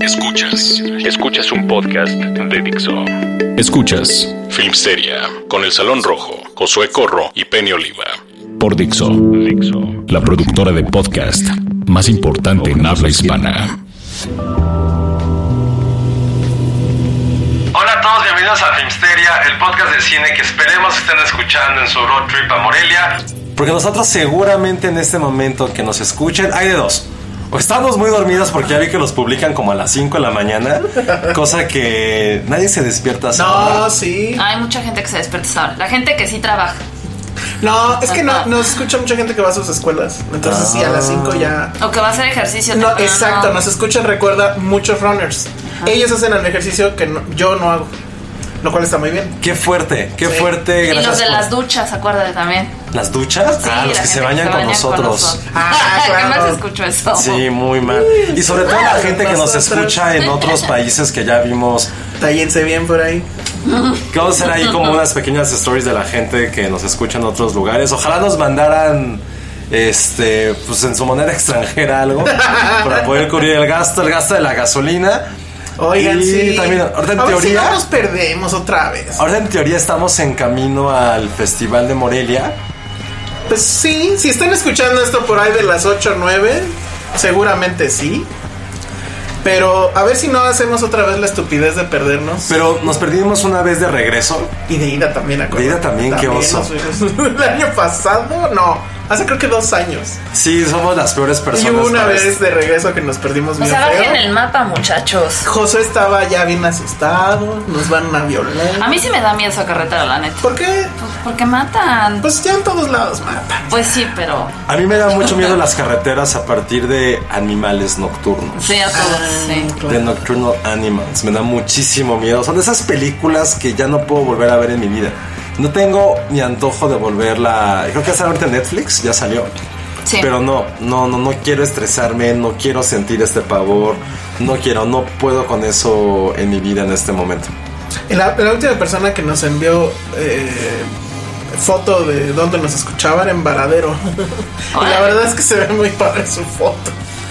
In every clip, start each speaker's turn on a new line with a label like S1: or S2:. S1: Escuchas, escuchas un podcast de Dixo. Escuchas Filmsteria con El Salón Rojo, Josué Corro y Penny Oliva. Por Dixo, Dixo, la productora de podcast más importante en habla hispana.
S2: Hola a todos, bienvenidos a Filmsteria, el podcast de cine que esperemos estén escuchando en su road trip a Morelia. Porque nosotros seguramente en este momento que nos escuchen, hay de dos. O estamos muy dormidos porque ya vi que los publican como a las 5 de la mañana, cosa que nadie se despierta
S3: No,
S2: sola.
S3: sí.
S4: Hay mucha gente que se despierta a esa hora. La gente que sí trabaja.
S3: No, es que no, no se escucha mucha gente que va a sus escuelas. Entonces, sí, a las 5 ya.
S4: O que va a hacer ejercicio.
S3: No,
S4: temprano.
S3: exacto, nos escuchan, recuerda, muchos runners. Ellos hacen el ejercicio que no- yo no hago, lo cual está muy bien.
S2: Qué fuerte, qué
S3: Sí.
S2: fuerte.
S4: Y los de
S2: por-
S4: las duchas, acuérdate también.
S2: ¿Las duchas.
S4: Sí,
S2: ah, los
S4: la
S2: que se
S4: gente
S2: bañan con nosotros.
S3: Ah, claro.
S4: Jamás escucho eso.
S2: Sí, muy mal. Y sobre todo la gente que nos
S3: Nosotros.
S2: escucha en otros países que ya vimos
S3: Tállense bien por ahí.
S2: Que vamos a hacer ahí como unas pequeñas stories de la gente que nos escucha en otros lugares. Ojalá nos mandaran este pues en su moneda extranjera algo para poder cubrir el gasto, el gasto de la gasolina.
S3: Oigan,
S2: y
S3: sí.
S2: también ahorita en
S3: a ver si
S2: teoría,
S3: no nos perdemos otra vez.
S2: ahorita en teoría estamos en camino al Festival de Morelia.
S3: Pues sí, si están escuchando esto por ahí de las 8 o 9, seguramente sí. Pero a ver si no hacemos otra vez la estupidez de perdernos.
S2: Pero nos perdimos una vez de regreso.
S3: Y de ida también, acuerdo.
S2: De ida también, qué oso.
S3: El año pasado, no. Hace creo que dos años.
S2: Sí, somos las peores
S3: y
S2: personas.
S3: hubo una
S2: para
S3: vez
S2: esto.
S3: de regreso que nos perdimos
S4: O
S3: bien
S4: sea, bajen
S3: feo.
S4: el mapa, muchachos.
S3: José estaba ya bien asustado. Nos van a violar.
S4: A mí sí me da miedo esa carretera, la neta.
S3: ¿Por qué?
S4: Pues porque matan.
S3: Pues ya en todos lados matan.
S4: Pues sí, pero.
S2: A mí me da mucho miedo las carreteras a partir de animales nocturnos.
S4: Sí, a todos,
S3: ah,
S4: sí.
S2: The Nocturnal Animals. Me da muchísimo miedo. Son de esas películas que ya no puedo volver a ver en mi vida. No tengo ni antojo de volverla. Creo que hasta ahorita en Netflix ya salió.
S4: Sí. Ah,
S2: Pero no, no, no, no quiero estresarme, no quiero sentir este pavor, no quiero, no puedo con eso en mi vida en este momento.
S3: La, la última persona que nos envió eh, foto de donde nos escuchaba era en Varadero. y la
S4: Órale.
S3: verdad es que se ve muy padre su foto.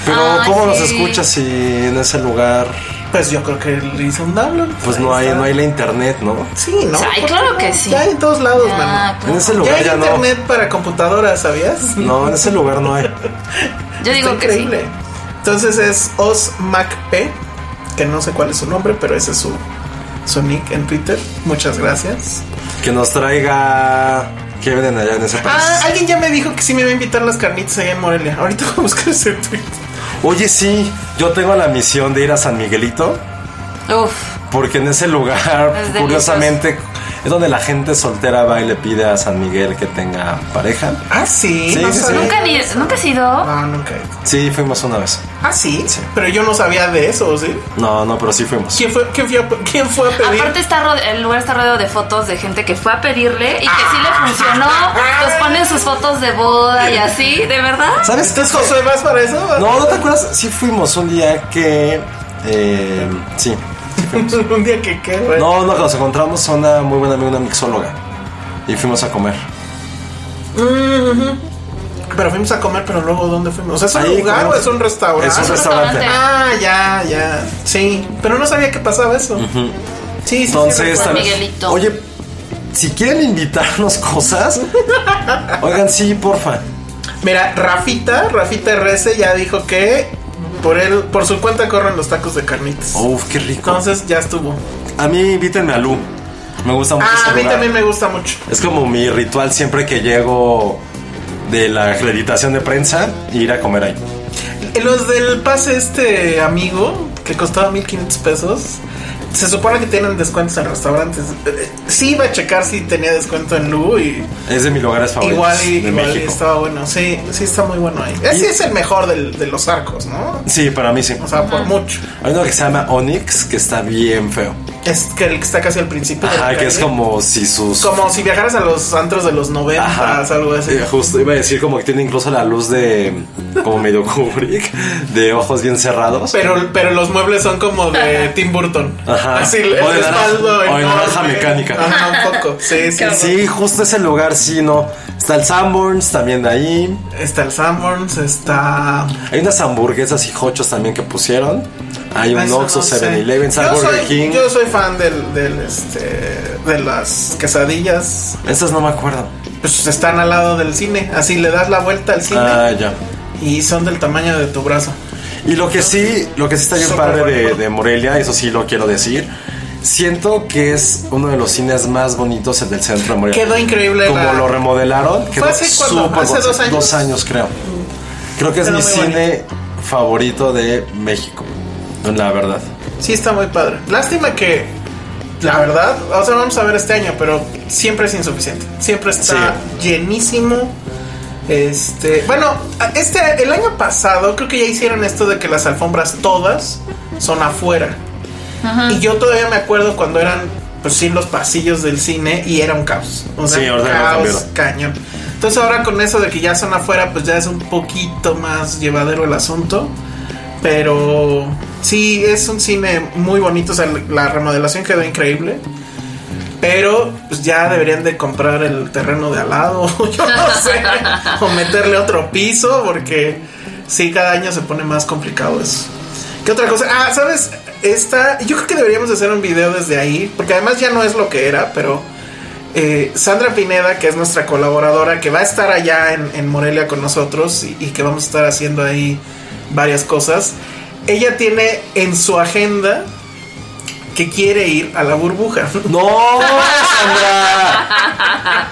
S2: Pero
S3: Ah,
S4: Ay,
S2: ¿cómo nos
S4: sí.
S2: escuchas si en ese lugar
S3: Pues yo creo que le hizo un download.
S2: pues
S3: Ahí
S2: no hay,
S3: está.
S2: no hay la internet, ¿no?
S3: Sí, ¿no?
S4: Ay,
S3: ¿Por
S4: claro
S3: qué
S4: que
S3: no?
S4: sí.
S3: Ya hay en todos lados,
S4: Ah,
S3: mano.
S2: En ese
S3: Ya
S2: lugar
S3: hay
S2: ya, no.
S3: internet para computadoras, ¿sabías?
S2: No, en ese lugar no hay.
S4: Yo digo
S3: Está
S4: que sí.
S3: increíble. Entonces es OsMacP, que no sé cuál es su nombre, pero ese es su, su nick en Twitter. Muchas gracias.
S2: Que nos traiga que venden allá en ese país.
S3: Ah, alguien ya me dijo que sí me va a invitar las carnitas allá en Morelia. Ahorita voy a buscar ese tweet.
S2: Oye, sí, yo tengo la misión de ir a San Miguelito,
S4: Uf.
S2: porque en ese lugar,
S4: Es delicioso.
S2: curiosamente, es donde la gente soltera va y le pide a San Miguel que tenga pareja.
S3: Ah, sí.
S2: Sí, sí, sí.
S3: sabía.
S4: Nunca, ni, nunca he sido.
S3: No, nunca.
S2: Sí, fuimos una vez.
S3: Ah, sí. Pero yo no sabía de eso, ¿sí?
S2: No, no, pero sí fuimos.
S3: ¿Quién fue, quién fue, a, quién fue a pedir?
S4: Aparte está rode- el lugar está rodeado de fotos de gente que fue a pedirle y que sí
S3: Ah.
S4: le funcionó. Los ponen sus fotos de boda y así, de verdad.
S2: ¿Sabes qué?
S3: Entonces, José, ¿vas para eso?
S2: No, ¿no te acuerdas? Sí fuimos un día que... eh, sí.
S3: Un día que qué, güey.
S2: No, no, nos encontramos a una muy buena amiga, una mixóloga. Y fuimos a comer.
S3: Pero fuimos a comer, pero luego ¿dónde fuimos? ¿Es un
S2: Ahí
S3: lugar
S2: comemos.
S3: o es un restaurante?
S2: Es un restaurante.
S4: restaurante.
S3: Ah, ya, ya. Sí, pero no sabía que pasaba eso. Sí, sí, sí.
S2: Entonces,
S3: recuerdo.
S2: tal vez-
S4: Miguelito.
S2: Oye, si quieren invitarnos cosas, oigan, sí, porfa.
S3: Mira, Rafita, Rafita RS ya dijo que por él, por su cuenta corren los tacos de carnitas.
S2: Uf, qué rico.
S3: Entonces ya estuvo.
S2: a mí invítenme a Lu. Me gusta mucho.
S3: Ah,
S2: este
S3: a mí
S2: lugar.
S3: también me gusta mucho.
S2: Es como mi ritual siempre que llego de la acreditación de prensa, ir a comer ahí.
S3: Los del pase este amigo que costaba 1500 pesos. Se supone que tienen descuentos en restaurantes. Eh, Sí iba a checar si tenía descuento en Lu y
S2: Es de mis lugares favoritos
S3: igual, y,
S2: de
S3: igual y
S2: México.
S3: estaba bueno. Sí, sí está muy bueno ahí.
S2: Y-
S3: Ese es el mejor del- de los arcos, ¿no?
S2: Sí, para mí sí.
S3: O sea, por mucho.
S2: Hay uno que se llama Onyx que está bien feo.
S3: Es que el que está casi al principio. de la
S2: Ajá, que es
S3: calle.
S2: como si sus.
S3: Como si viajaras a los antros de los
S2: Ajá.
S3: noventas, algo así.
S2: Eh, justo iba a decir como que tiene incluso la luz de. como medio Kubrick, de ojos bien cerrados.
S3: Pero, pero los muebles son como de Tim Burton.
S2: Ajá.
S3: Así el,
S2: O de
S3: el
S2: naranja-
S3: respaldo
S2: o de
S3: enorme.
S2: naranja mecánica.
S3: Ajá, un poco. Sí, sí. sí.
S2: Sí, justo ese lugar, sí, no. Está el Sanborns también de ahí.
S3: Está el Sanborns, está.
S2: Hay unas hamburguesas y hochos también que pusieron. Hay un
S3: Ah, Eso
S2: Oxxo,
S3: no sé.
S2: 7-Eleven, está el
S3: Yo
S2: Burger
S3: soy-
S2: King.
S3: Yo soy fan del, del, este, de las quesadillas.
S2: Estas no me acuerdo.
S3: Pues están al lado del cine. Así le das la vuelta al cine
S2: Ah, ya.
S3: y son del tamaño de tu brazo.
S2: Y lo que sí, lo que sí está bien
S3: Súper
S2: padre de,
S3: bueno.
S2: de Morelia, eso sí lo quiero decir. Siento que es uno de los cines más bonitos el del centro de Morelia.
S3: Quedó increíble
S2: Como
S3: la-
S2: lo remodelaron. Quedó
S3: hace cuándo?
S2: súper
S3: ¿Hace
S2: bonito.
S3: dos años? Mm.
S2: Dos años, creo. Creo que es
S3: Quedó
S2: mi
S3: muy
S2: cine favorito de México. La verdad.
S3: Sí, está muy padre. Lástima que, la verdad, o sea, vamos a ver este año, pero siempre es insuficiente. Siempre está llenísimo. Este, bueno, este, el año pasado creo que ya hicieron esto de que las alfombras todas son afuera. Y yo todavía me acuerdo cuando eran, pues sí, los pasillos del cine y era un caos. O sea,
S2: Sí, ahorita ya lo
S3: caos
S2: cambiaron.
S3: cañón. Entonces ahora con eso de que ya son afuera, pues ya es un poquito más llevadero el asunto. Pero sí, es un cine muy bonito. O sea, la remodelación quedó increíble. Pero pues ya deberían de comprar el terreno de al lado, yo no sé, o meterle otro piso, porque sí, cada año se pone más complicado eso. ¿Qué otra cosa? Ah, ¿sabes? Esta, yo creo que deberíamos de hacer un video desde ahí, porque además ya no es lo que era, pero eh, Sandra Pineda, que es nuestra colaboradora, que va a estar allá en, en Morelia con nosotros y, y que vamos a estar haciendo ahí varias cosas, ella tiene en su agenda que quiere ir a la burbuja.
S2: ¡No, Sandra!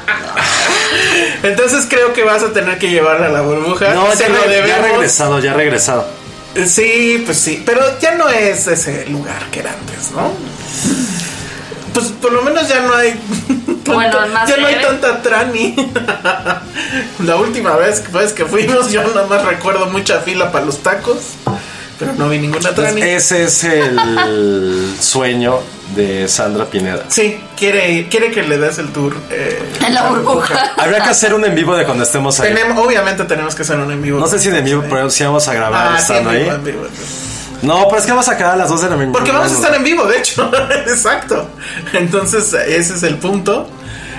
S3: Entonces creo que vas a tener que llevarla a la burbuja.
S2: No,
S3: Se
S2: ya, re-
S3: lo
S2: ya
S3: debemos.
S2: regresado, ya regresado.
S3: Sí, pues sí. Pero ya no es ese lugar que era antes, ¿no? Pues por lo menos ya no hay. tanto-
S4: Bueno, más
S3: ya no hay
S4: leve.
S3: tanta trani. la última vez pues, que fuimos, yo nada más recuerdo mucha fila para los tacos. Pero no vi ninguna
S2: Pues,
S3: trani.
S2: Entonces, ese es el sueño de Sandra Pineda.
S3: Sí, quiere, ir- quiere que le des el tour. eh,
S4: En la burbuja.
S2: Habrá que hacer un en vivo de cuando estemos ahí.
S3: Tenemos, obviamente tenemos que hacer un en vivo.
S2: No sé si en vivo, pero si vamos a grabar
S3: Ah, sí, en
S2: estando
S3: vivo,
S2: ahí.
S3: en vivo, en vivo.
S2: No, pero es que vamos a quedar a las 2 de la mañana.
S3: Porque vamos a estar en vivo, de hecho. Exacto. Entonces, ese es el punto.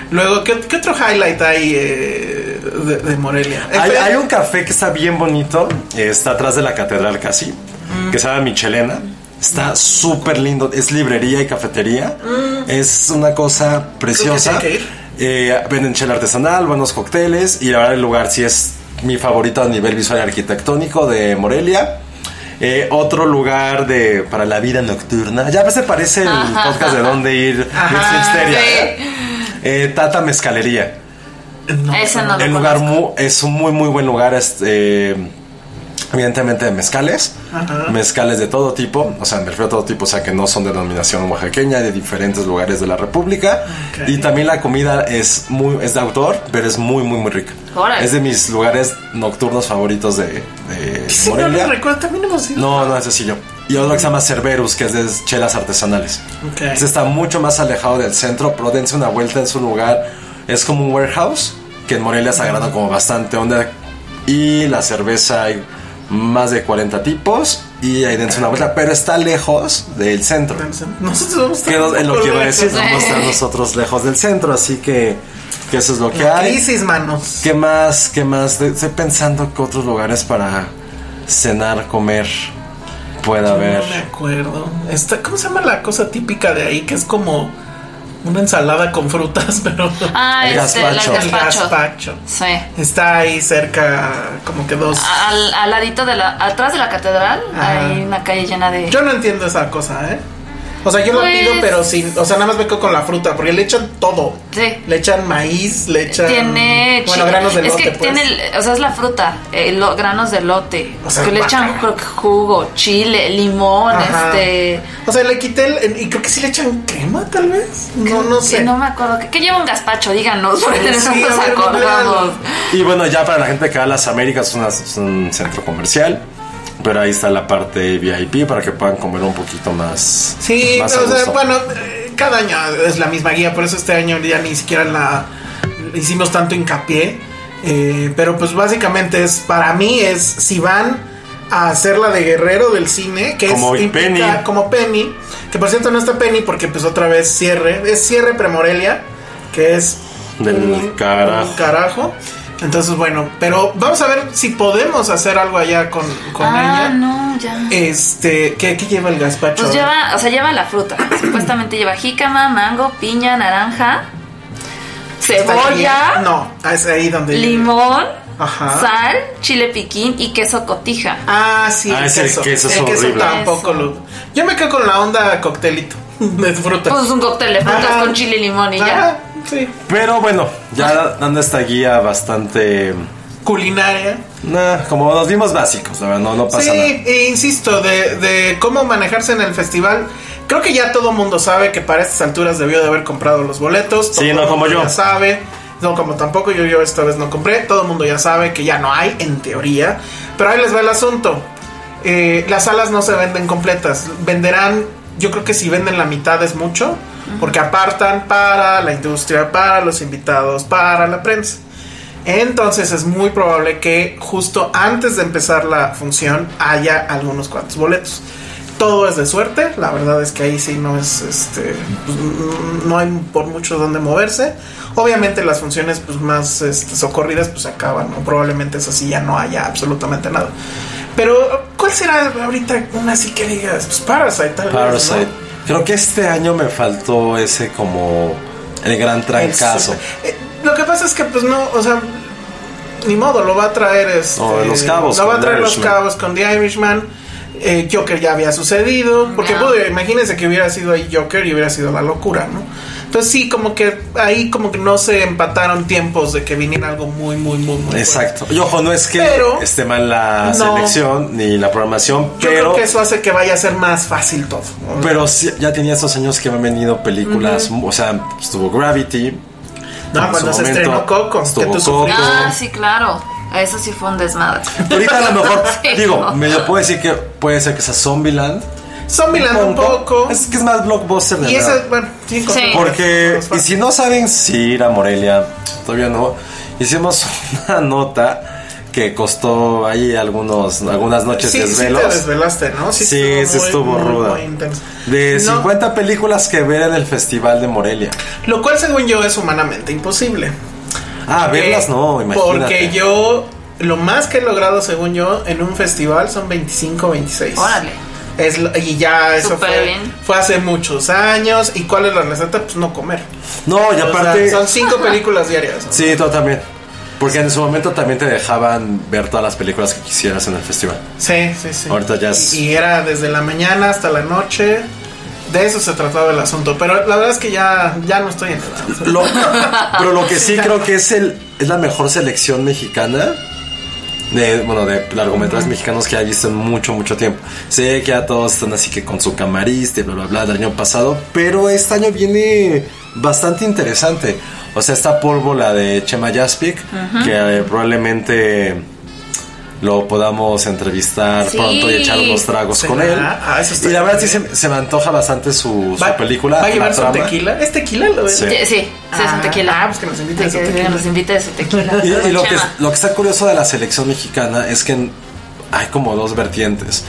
S3: Luego, ¿qué, qué otro highlight hay eh, de, de Morelia?
S2: Hay,
S3: Espera.
S2: hay un café que está bien bonito. eh, Está atrás de la catedral casi.
S3: Mm.
S2: Que se llama Michelena. Está súper lindo. Es librería y cafetería. Es una cosa preciosa.
S3: Mm. Creo que sí
S2: Eh, venden chela artesanal, buenos cócteles. Y la verdad, el lugar sí es mi favorito a nivel visual y arquitectónico de Morelia. Eh, otro lugar de para la vida nocturna. Ya a veces parece el podcast de dónde ir. Mix Filmsteria,
S4: sí.
S2: ¿verdad? Eh, Tata Mezcalería.
S3: eh,
S4: Ese no lo
S2: El lugar mu- es un muy muy buen lugar, este, eh, evidentemente de mezcales, mezcales de todo tipo, o sea, me refiero a todo tipo, o sea, que no son de denominación oaxaqueña, de diferentes lugares de la República,
S3: Ok.
S2: y también la comida es muy es de autor, pero es muy muy muy rica.
S4: Órale.
S2: Es de mis lugares nocturnos favoritos de, de
S3: Sí, no lo
S2: Morelia.
S3: recuerdo. También hemos ido.
S2: No, no, ese sí yo. Y otro que se llama Cerberus, que es de chelas artesanales.
S3: Ok.
S2: Ese está mucho más alejado del centro, pero dense una vuelta en su lugar. Es como un warehouse, que en Morelia se agarrado como bastante onda. Y la cerveza hay más de 40 tipos. Y ahí dense una vuelta, pero está lejos del centro.
S3: Nosotros vamos a estar
S2: Que es
S3: un
S2: lo
S3: poco
S2: que iba a
S3: lejos.
S2: decir, vamos a estar nosotros lejos del centro, así que, que eso es lo que hay.
S3: Crisis, manos.
S2: ¿Qué más? ¿Qué más? De- Estoy pensando que otros lugares para cenar, comer pueda haber.
S3: No me acuerdo. Está, ¿Cómo se llama la cosa típica de ahí? Que es como Una ensalada con frutas, pero.
S4: Ah,
S2: El
S4: este, el
S2: gazpacho.
S3: el
S4: gazpacho.
S3: gazpacho.
S4: Sí.
S3: Está ahí cerca, como que dos.
S4: Al, al ladito de la. Atrás de la catedral
S3: Ajá.
S4: hay una calle llena de.
S3: Yo no entiendo esa cosa, ¿eh? O sea, yo lo
S4: Pues-
S3: pido, pero sin. O sea, nada más beco con la fruta, porque le echan todo.
S4: Sí.
S3: Le echan maíz, le echan.
S4: Tiene
S3: Bueno,
S4: chi-
S3: granos de
S4: Es
S3: lote,
S4: que
S3: pues.
S4: tiene, el- o sea, es la fruta, eh, lo- granos de lote.
S3: O sea,
S4: que le echan
S3: guácala.
S4: creo que jugo, chile, limón,
S3: Ajá.
S4: este.
S3: O sea, le quité el. Y creo que sí le echan crema, tal vez. No, no sé. Pues
S4: que No me acuerdo. ¿Qué, qué lleva un gazpacho? Díganos, porque
S3: Sí,
S4: no
S3: a
S4: nos
S3: ver,
S4: acordamos.
S3: léalo.
S2: Y bueno, ya para la gente que va a las Américas es, una- es un centro comercial. Pero ahí está la parte VIP para que puedan comer un poquito más.
S3: Sí,
S2: Pues más a
S3: o sea,
S2: gusto.
S3: bueno, eh, cada año es la misma guía, por eso este año ya ni siquiera la le hicimos tanto hincapié. Eh, pero pues básicamente es, para mí es, si van a hacer la de guerrero del cine, que
S2: Como
S3: es implica-
S2: Penny.
S3: como Penny, que por cierto no está Penny porque pues otra vez cierre, es cierre premorelia, que es
S2: Del carajo.
S3: un carajo. Entonces bueno, pero vamos a ver si podemos hacer algo allá con, con
S4: Ah,
S3: ella.
S4: no, ya.
S2: Eh,
S3: Este, ¿qué, qué lleva el gazpacho?
S4: Pues lleva, o sea, lleva la fruta. Supuestamente lleva jícama, mango, piña, naranja,
S3: Está
S4: cebolla,
S3: bien. No, es ahí donde.
S4: limón,
S3: Ajá.
S4: sal, chile piquín y queso cotija.
S3: Ah, sí,
S2: Ah,
S3: el
S2: es el
S3: queso.
S2: queso, es
S3: el queso
S2: horrible.
S3: tampoco lo. Yo me quedo con la onda coctelito de frutas.
S4: Pues un cóctel de frutas
S3: Ajá.
S4: con chile y limón y
S3: Ajá,
S4: ya.
S3: sí.
S2: Pero bueno, ya dando esta guía bastante.
S3: Culinaria.
S2: Nah, como nos vimos básicos, la verdad, no, no pasa
S3: sí,
S2: nada.
S3: e insisto, de, de cómo manejarse en el festival. Creo que ya todo mundo sabe que para estas alturas debió de haber comprado los boletos.
S2: Sí,
S3: Todo
S2: no
S3: el
S2: como
S3: mundo
S2: yo.
S3: Ya sabe. No como tampoco yo, yo esta vez no compré. Todo el mundo ya sabe que ya no hay, en teoría. Pero ahí les va el asunto. Eh, las salas no se venden completas. Venderán, yo creo que si venden la mitad es mucho. Porque apartan para la industria, para los invitados, para la prensa. Entonces es muy probable que justo antes de empezar la función haya algunos cuantos boletos. Todo es de suerte, la verdad es que ahí sí no es este pues, mm, no hay por mucho donde moverse. Obviamente las funciones pues más este, socorridas pues acaban, ¿no? probablemente es así ya no haya absolutamente nada. Pero ¿cuál será ahorita una así que digas? Pues Parasite tal vez, ¿no?
S2: Parasite. Creo que este año me faltó ese como. El gran trancazo.
S3: Eh, Lo que pasa es que, pues no, o sea, ni modo, lo va a traer este,
S2: No, Los Cabos
S3: Lo va a
S2: con
S3: traer los
S2: Irishman.
S3: cabos con The Irishman. Eh, Joker ya había sucedido. Porque
S4: No.
S3: pude- imagínense que hubiera sido ahí Joker y hubiera sido la locura, ¿no? Entonces sí, como que ahí como que no se empataron tiempos de que viniera algo muy, muy, muy, muy fuerte.
S2: Exacto. Y ojo, no es que
S3: Pero-
S2: esté mal la
S3: No.
S2: selección ni la programación,
S3: Yo
S2: pero.
S3: creo que eso hace que vaya a ser más fácil todo. ¿no?
S2: Pero sí, ya tenía estos años que me han venido películas, o sea, estuvo Gravity.
S3: No,
S2: en
S3: cuando
S2: su
S3: se estrenó Coco, que
S2: estuvo
S3: tú
S2: Coco.
S3: sufriste.
S4: Ah, sí, claro. Eso sí fue un desmadre.
S2: Ahorita a lo mejor,
S4: Sí,
S2: digo,
S4: no.
S2: medio puedo decir que puede ser que sea Zombieland.
S3: Zombieland un poco.
S2: Es que es más blockbuster de
S3: y
S2: verdad.
S3: esa, bueno, sí, con-
S4: Sí.
S2: Porque, y
S3: con los
S2: si no saben si ir a Morelia, todavía no, hicimos una nota que costó ahí algunos, algunas noches
S3: Sí,
S2: de
S3: sí
S2: desvelos.
S3: te desvelaste, ¿no?
S2: Sí, sí estuvo
S3: muy, muy,
S2: ruda.
S3: muy intenso.
S2: de
S3: No,
S2: 50 películas que ver en el Festival de Morelia.
S3: Lo cual, según yo, es humanamente imposible.
S2: Ah,
S3: Porque-
S2: verlas no, imagínate.
S3: Porque yo, lo más que he logrado, según yo, en un festival son 25, 26.
S4: Órale.
S3: Es lo- y ya eso
S4: Súper
S3: fue,
S4: bien.
S3: fue hace muchos años. ¿Y cuál es la receta? Pues no comer.
S2: No, y
S3: O sea,
S2: aparte.
S3: son cinco películas diarias. ¿no?
S2: Sí, tú también. Porque en su momento también te dejaban ver todas las películas que quisieras en el festival.
S3: Sí, sí, sí.
S2: Ahorita ya es-
S3: Y, y era desde la mañana hasta la noche. De eso se trataba el asunto. Pero la verdad es que ya, ya no estoy enterado.
S2: Lo- pero lo que sí creo que es el es la mejor selección mexicana de bueno de largometrajes mexicanos que he visto en mucho mucho tiempo. Sé que ya todos están así que con su camarista y bla bla bla del año pasado, pero este año viene bastante interesante. O sea, está Polvo la de Chema Jaspic, que eh, probablemente lo podamos entrevistar
S4: Sí.
S2: pronto y echar unos tragos
S3: Sí,
S2: con
S3: ¿verdad?
S2: él.
S3: Ah, eso está
S2: y la verdad sí
S3: bien.
S2: se, se me antoja bastante su, su película.
S3: ¿Va a
S2: la
S3: llevar su
S2: trama.
S3: tequila? ¿Es tequila lo de
S2: Sí.
S4: Sí, sí, sí, es
S3: Ah,
S4: un tequila.
S3: ah, pues que nos invite
S4: Hay
S3: a su
S4: que
S3: tequila.
S4: Nos invite a su tequila.
S2: Y, y lo, que,
S4: Chema.
S2: lo que está curioso de la selección mexicana es que hay como dos vertientes.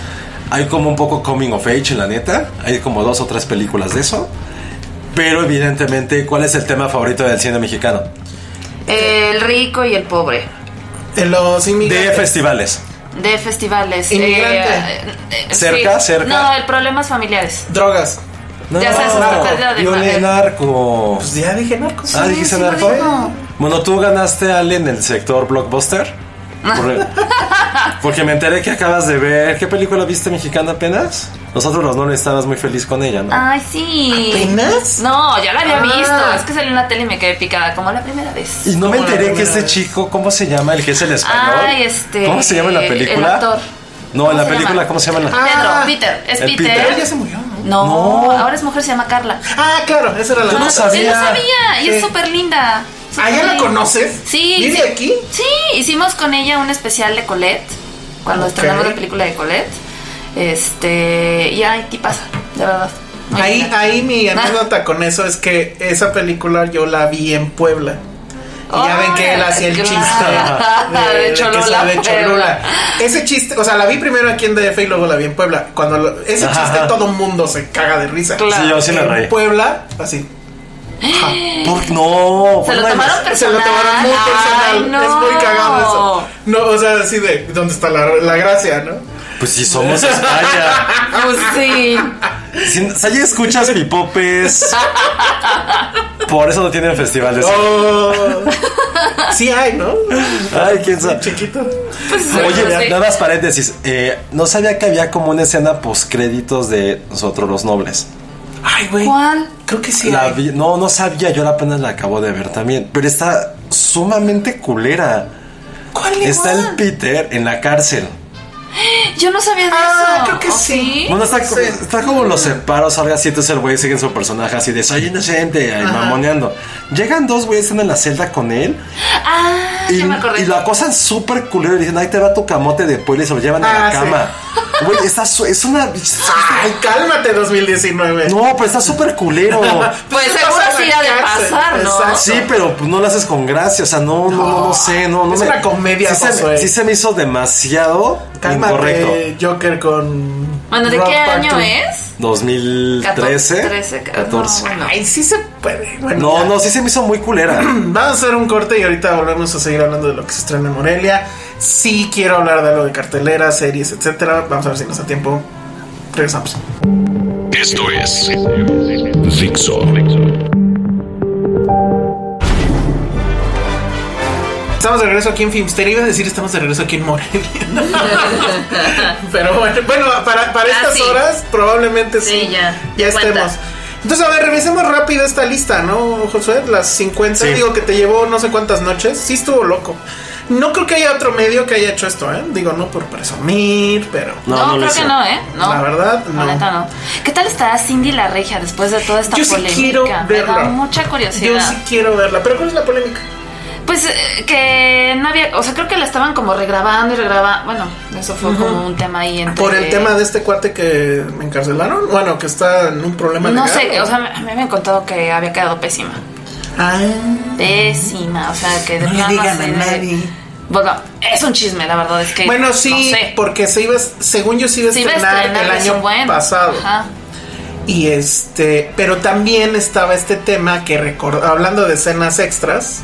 S2: Hay como un poco coming of age, la neta. Hay como dos o tres películas de eso. Pero evidentemente, ¿cuál es el tema favorito del cine mexicano?
S4: El rico y el pobre.
S3: De los
S2: De
S3: inmigrantes.
S2: festivales.
S4: De festivales.
S3: Inmigrante.
S4: eh, eh,
S2: Cerca, cerca.
S4: No, el problema es familiares.
S3: Drogas.
S2: No,
S4: ya sabes, esta pérdida de
S2: Viole
S4: papel.
S2: narco.
S3: Pues ya dije narcos.
S2: ah,
S3: Sí,
S2: dijiste
S3: sí lo
S2: narco.
S3: digo.
S2: Bueno, tú ganaste Ale en el sector blockbuster. Por- porque me enteré que acabas de ver. ¿Qué película viste mexicana apenas? Nosotros los no estabas muy feliz con ella, ¿no?
S4: Ay, sí.
S3: ¿Apenas?
S4: No, ya la había
S3: Ah.
S4: visto. Es que salió en la tele y me quedé picada, como la primera vez.
S2: Y no me
S3: Como la
S2: enteré que
S3: primera
S2: este
S3: vez.
S2: chico, ¿cómo se llama? El que es el español.
S4: Ay, este,
S2: ¿Cómo se llama en la
S4: el
S2: película?
S4: actor.
S2: No,
S4: ¿Cómo
S2: en la
S4: se
S2: película,
S4: llama?
S2: ¿cómo se llama? La...
S4: Pedro,
S3: Ah,
S4: Peter. Es
S2: el
S4: Peter.
S2: Peter.
S3: Él ya se murió, ¿no?
S4: No,
S2: No.
S4: ahora es mujer, se llama Carla.
S3: Ah, claro, esa era la
S2: Yo no
S4: Ah,
S3: narcos.
S4: Sí,
S2: sabía.
S4: no sabía. Y es
S3: Sí.
S4: súper linda.
S3: ¿Ah, ya la conoces?
S4: Sí.
S3: ¿Vive
S4: sí.
S3: aquí?
S4: Sí, hicimos con ella un especial de Colette. Cuando
S3: Ok.
S4: estrenamos la película de Colette. Este. Y ay, ¿qué pasa? De verdad. Muy
S3: Ahí,
S4: linda.
S3: ahí mi
S4: Ah.
S3: anécdota con eso es que esa película yo la vi en Puebla. Y ya
S4: Ay,
S3: ven que él hacía el
S4: claro.
S3: chiste
S4: De
S3: que
S4: Cholula,
S3: es la de
S4: Puebla.
S3: Cholula. Ese chiste, o sea, la vi primero aquí en DF y luego la vi en Puebla. Cuando lo- ese
S2: Ajá.
S3: chiste todo mundo se caga de risa.
S4: Claro.
S2: Sí, yo sí me
S3: en
S4: pues,
S2: reí.
S3: Puebla, así.
S2: ¿Por- No.
S4: Se lo
S2: Puebla-
S4: tomaron
S3: Se lo
S4: personal.
S3: tomaron muy personal.
S4: Ay, no.
S3: Es muy cagado eso. No, o sea, así de dónde está la, la gracia, ¿no?
S2: Pues si somos España.
S4: Pues sí.
S2: Si, si allí escuchas pipopes. Por eso no tienen festival de cine.
S3: Oh. sí hay, ¿no?
S2: Ay, quién sabe.
S3: Chiquito.
S4: Pues,
S2: Oye,
S4: pues, sí.
S2: nada más paréntesis. eh, no sabía que había como una escena post créditos de nosotros los nobles.
S3: Ay, güey.
S4: ¿Cuál?
S3: Creo que sí.
S2: La
S3: hay.
S2: vi- no, no sabía, yo la apenas la acabo de ver también. Pero está sumamente culera.
S3: ¿Cuál
S2: Está
S3: igual?
S2: el Peter en la cárcel.
S4: Yo no sabía de
S3: Ah,
S4: eso.
S3: creo que
S4: ¿O
S3: sí.
S2: Bueno, está,
S3: Sí.
S2: está como los separos, algo así, entonces el güey sigue en su personaje así de soy inocente, ahí mamoneando. Llegan dos güeyes, están en la celda con él
S4: Ah,
S2: y,
S4: ya me acordé.
S2: y lo acosan súper culero y dicen, ahí te va tu camote de pueblo y se lo llevan a la
S3: Ah, sí.
S2: cama. Güey, está su- es una...
S4: Ah.
S3: Ay, cálmate 2019.
S2: No, pero está súper culero.
S4: Pues
S3: Estás
S4: seguro
S3: en la
S4: sí ha de
S3: cárcel.
S4: pasar, ¿no?
S3: Exacto.
S2: Sí, pero pues, no lo haces con gracia, o sea, no, no, no, no sé, no, no
S3: Es una comedia,
S2: Sí se,
S3: Josué.
S2: sí se me hizo demasiado
S3: Cálmate,
S2: incorrecto.
S3: Joker con.
S4: Bueno, ¿de
S3: Rock
S4: qué
S3: Part
S4: año
S3: Two.
S4: es?
S2: 2013,
S4: 13,
S2: 14.
S4: No, bueno.
S3: Ay, sí se puede. Bueno,
S2: No,
S3: ya.
S2: no, sí se me hizo muy culera.
S3: Vamos a hacer un corte y ahorita volvemos a seguir hablando de lo que se estrena en Morelia. Sí quiero hablar de algo de cartelera, series, etcétera. Vamos a ver si nos da tiempo. Regresamos.
S1: Esto es Dixo.
S3: Estamos de regreso aquí en Filmsteria. Iba a decir estamos de regreso aquí en Morelia. Pero bueno, bueno, para, para
S4: Ah,
S3: estas
S4: sí.
S3: horas probablemente sí.
S4: Sí, ya. Cuenta.
S3: estemos. Entonces, a ver, revisemos rápido esta lista, ¿no, Josué? Las 50,
S2: Sí.
S3: digo que te llevó no sé cuántas noches. Sí estuvo loco. No creo que haya otro medio que haya hecho esto, ¿eh? Digo, no por presumir, pero...
S2: No,
S4: No,
S2: no lo
S4: creo
S2: hice.
S4: que no, ¿eh? No.
S3: La verdad, no.
S4: La neta, no. ¿Qué tal estará Cindy la regia después de toda esta
S3: Yo sí
S4: polémica?
S3: quiero verla.
S4: Me da mucha curiosidad.
S3: Yo sí quiero verla. ¿Pero cuál es la polémica?
S4: Pues eh, que no había, o sea, creo que la estaban como regrabando y regrabando. Bueno, eso fue como un tema ahí entre
S3: Por el tema de este cuate que me encarcelaron. Bueno, que está en un problema
S4: No
S3: legal,
S4: sé, o sea, a mí me han contado que había quedado pésima.
S3: Ah.
S4: Pésima, o sea, que de
S3: No le
S4: plano
S3: digan
S4: así
S3: a
S4: de-
S3: nadie.
S4: Bueno, es un chisme, la verdad es que
S3: Bueno, sí,
S4: no sé.
S3: porque se iba, según yo se iba a
S4: Sí iba a
S3: estrenar el
S4: estrenar, es
S3: año
S4: un buen.
S3: pasado.
S4: Ajá.
S3: Y este, pero también estaba este tema que recor- hablando de escenas extras,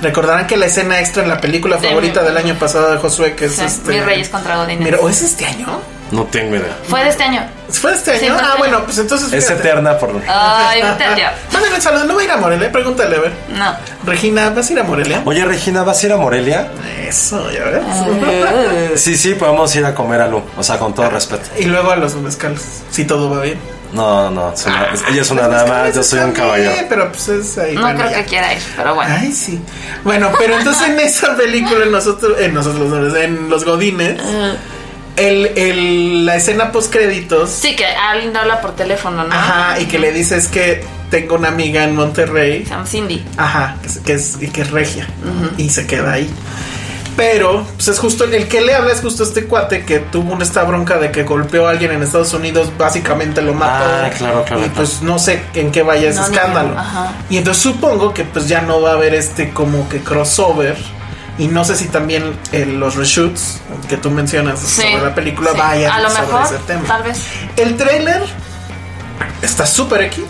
S3: recordarán que la escena extra en la película
S4: De
S3: favorita
S4: mi-
S3: del año pasado de Josué, que es
S4: Sí,
S3: este.
S4: Mis Reyes contra Godines.
S3: Mira, ¿o es este año?
S2: No tengo idea.
S4: Fue de este año.
S3: ¿Fue este año?
S4: Sí, fue
S3: ah,
S4: este
S3: bueno,
S4: año.
S3: pues entonces.
S2: Es
S3: fíjate. Ah,
S2: eterna por...
S4: Ay, vete al diablo.
S3: Mándale un saludo, no va a ir a Morelia, pregúntale a ver.
S4: No.
S3: Regina, ¿vas a ir a Morelia?
S2: Oye, Regina, ¿vas a ir a Morelia?
S3: Eso, ya ves. Eh.
S2: Sí, sí, podemos ir a comer a Lu. O sea, con todo respeto.
S3: y luego a los mezcales, si todo va bien.
S2: No, no, es una- ella es una
S3: Los
S2: dama,
S3: mezcales
S2: Ah, yo soy un
S3: están
S2: caballero.
S3: Ah. Pues bien, Pero pues es ahí.
S4: No
S3: bueno,
S4: creo
S3: ya.
S4: que quiera ir, pero bueno.
S3: Ay, sí. Bueno, pero entonces en esa película, en nosotros, en nosotros, no, en Los Godines,
S4: Ah.
S3: el, el- la escena post créditos,
S4: Sí, que alguien habla por teléfono, ¿no?
S3: ajá, y que le dices que tengo una amiga en Monterrey,
S4: Se llama Cindy.
S3: ajá, que es, que es, y que es regia, y se queda ahí. Pero, pues es justo el que le habla, es justo este cuate que tuvo una- esta bronca de que golpeó a alguien en Estados Unidos, básicamente lo mató.
S2: Ah, claro, claro,
S3: Y
S2: claro.
S3: pues no sé en qué vaya ese
S4: No, ni
S3: escándalo.
S4: idea, ajá.
S3: Y entonces supongo que pues ya no va a haber este como que crossover. Y no sé si también eh, los reshoots que tú mencionas
S4: Sí.
S3: sobre la película
S4: sí.
S3: vayan
S4: A lo
S3: sobre
S4: mejor,
S3: ese tema.
S4: tal vez.
S3: El trailer está súper X.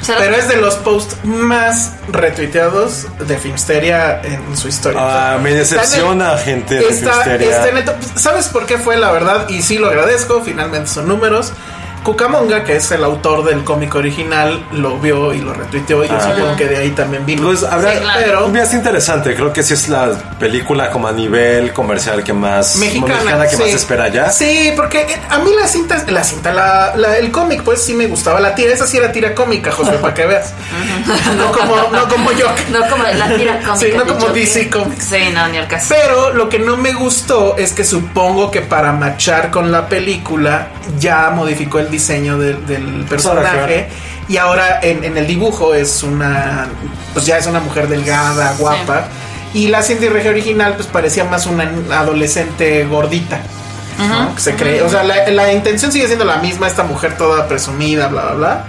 S4: ¿Será?
S3: Pero es de los posts más retuiteados de Filmsteria en su historia.
S2: Ah, me
S3: Está en el-
S2: decepciona, gente de
S3: está-
S2: Filmsteria.
S3: está en el top. ¿Sabes por qué fue la verdad? Y sí lo agradezco, finalmente son números. Cucamonga, que es el autor del cómic original, lo vio y lo retuiteó y yo supongo que de ahí también vino.
S2: Ah, Pues habrá
S4: Sí, claro.
S3: Pero
S2: un viaje interesante. Creo que sí es la película como a nivel comercial que más
S3: mexicana,
S2: que más
S3: sí.
S2: se espera ya.
S3: Sí, porque eh, a mí la cinta, la cinta, la, la- el cómic, pues sí me gustaba la tira. Esa sí era tira cómica, José, para que veas. No como, no como yo.
S4: No como la tira cómica.
S3: Sí, no
S4: de
S3: como
S4: Joker.
S3: DC Comics.
S4: Sí, no, ni el caso.
S3: Pero lo que no me gustó es que supongo que para machar con la película ya modificó el diseño de- del personaje. Y ahora en, en el dibujo es una. Pues ya es una mujer delgada, guapa. Y la Cindy Regia original, pues parecía más una adolescente gordita. ¿no? Que se cree. O sea, la, la intención sigue siendo la misma, esta mujer toda presumida, bla, bla, bla.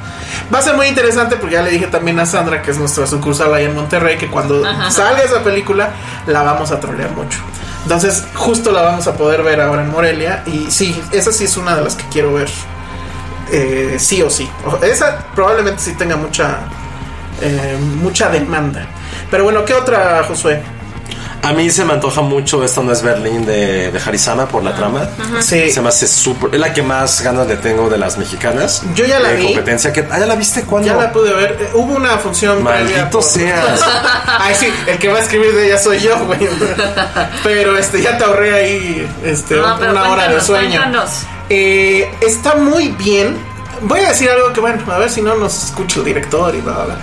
S3: Va a ser muy interesante porque ya le dije también a Sandra, que es nuestra sucursal allá en Monterrey, que cuando salga esa película la vamos a trolear mucho. Entonces, justo la vamos a poder ver ahora en Morelia. Y sí, esa sí es una de las que quiero ver. eh, sí o sí. O- Esa probablemente sí tenga mucha, eh, mucha demanda. Pero bueno, ¿qué otra, Josué?
S2: A mí se me antoja mucho Esto no es Berlín de, de Harisana por la
S3: Ah,
S2: trama.
S3: Sí.
S2: Se me hace súper. Es la que más ganas le tengo de las mexicanas.
S3: Yo ya la
S2: De
S3: vi.
S2: competencia que. Ah, ¿ya la viste cuando?
S3: Ya la pude ver. Eh, Hubo una función.
S2: Maldito
S3: previa por-
S2: seas.
S3: Ay, sí, el que va a escribir de ella soy yo, güey. Pero este, ya te ahorré ahí este,
S4: No, pero
S3: una hora de
S4: cuéntanos,
S3: sueño.
S4: cuéntanos.
S3: Eh, está muy bien. Voy a decir algo que, bueno, a ver si no nos escucha el director y bla, bla, bla.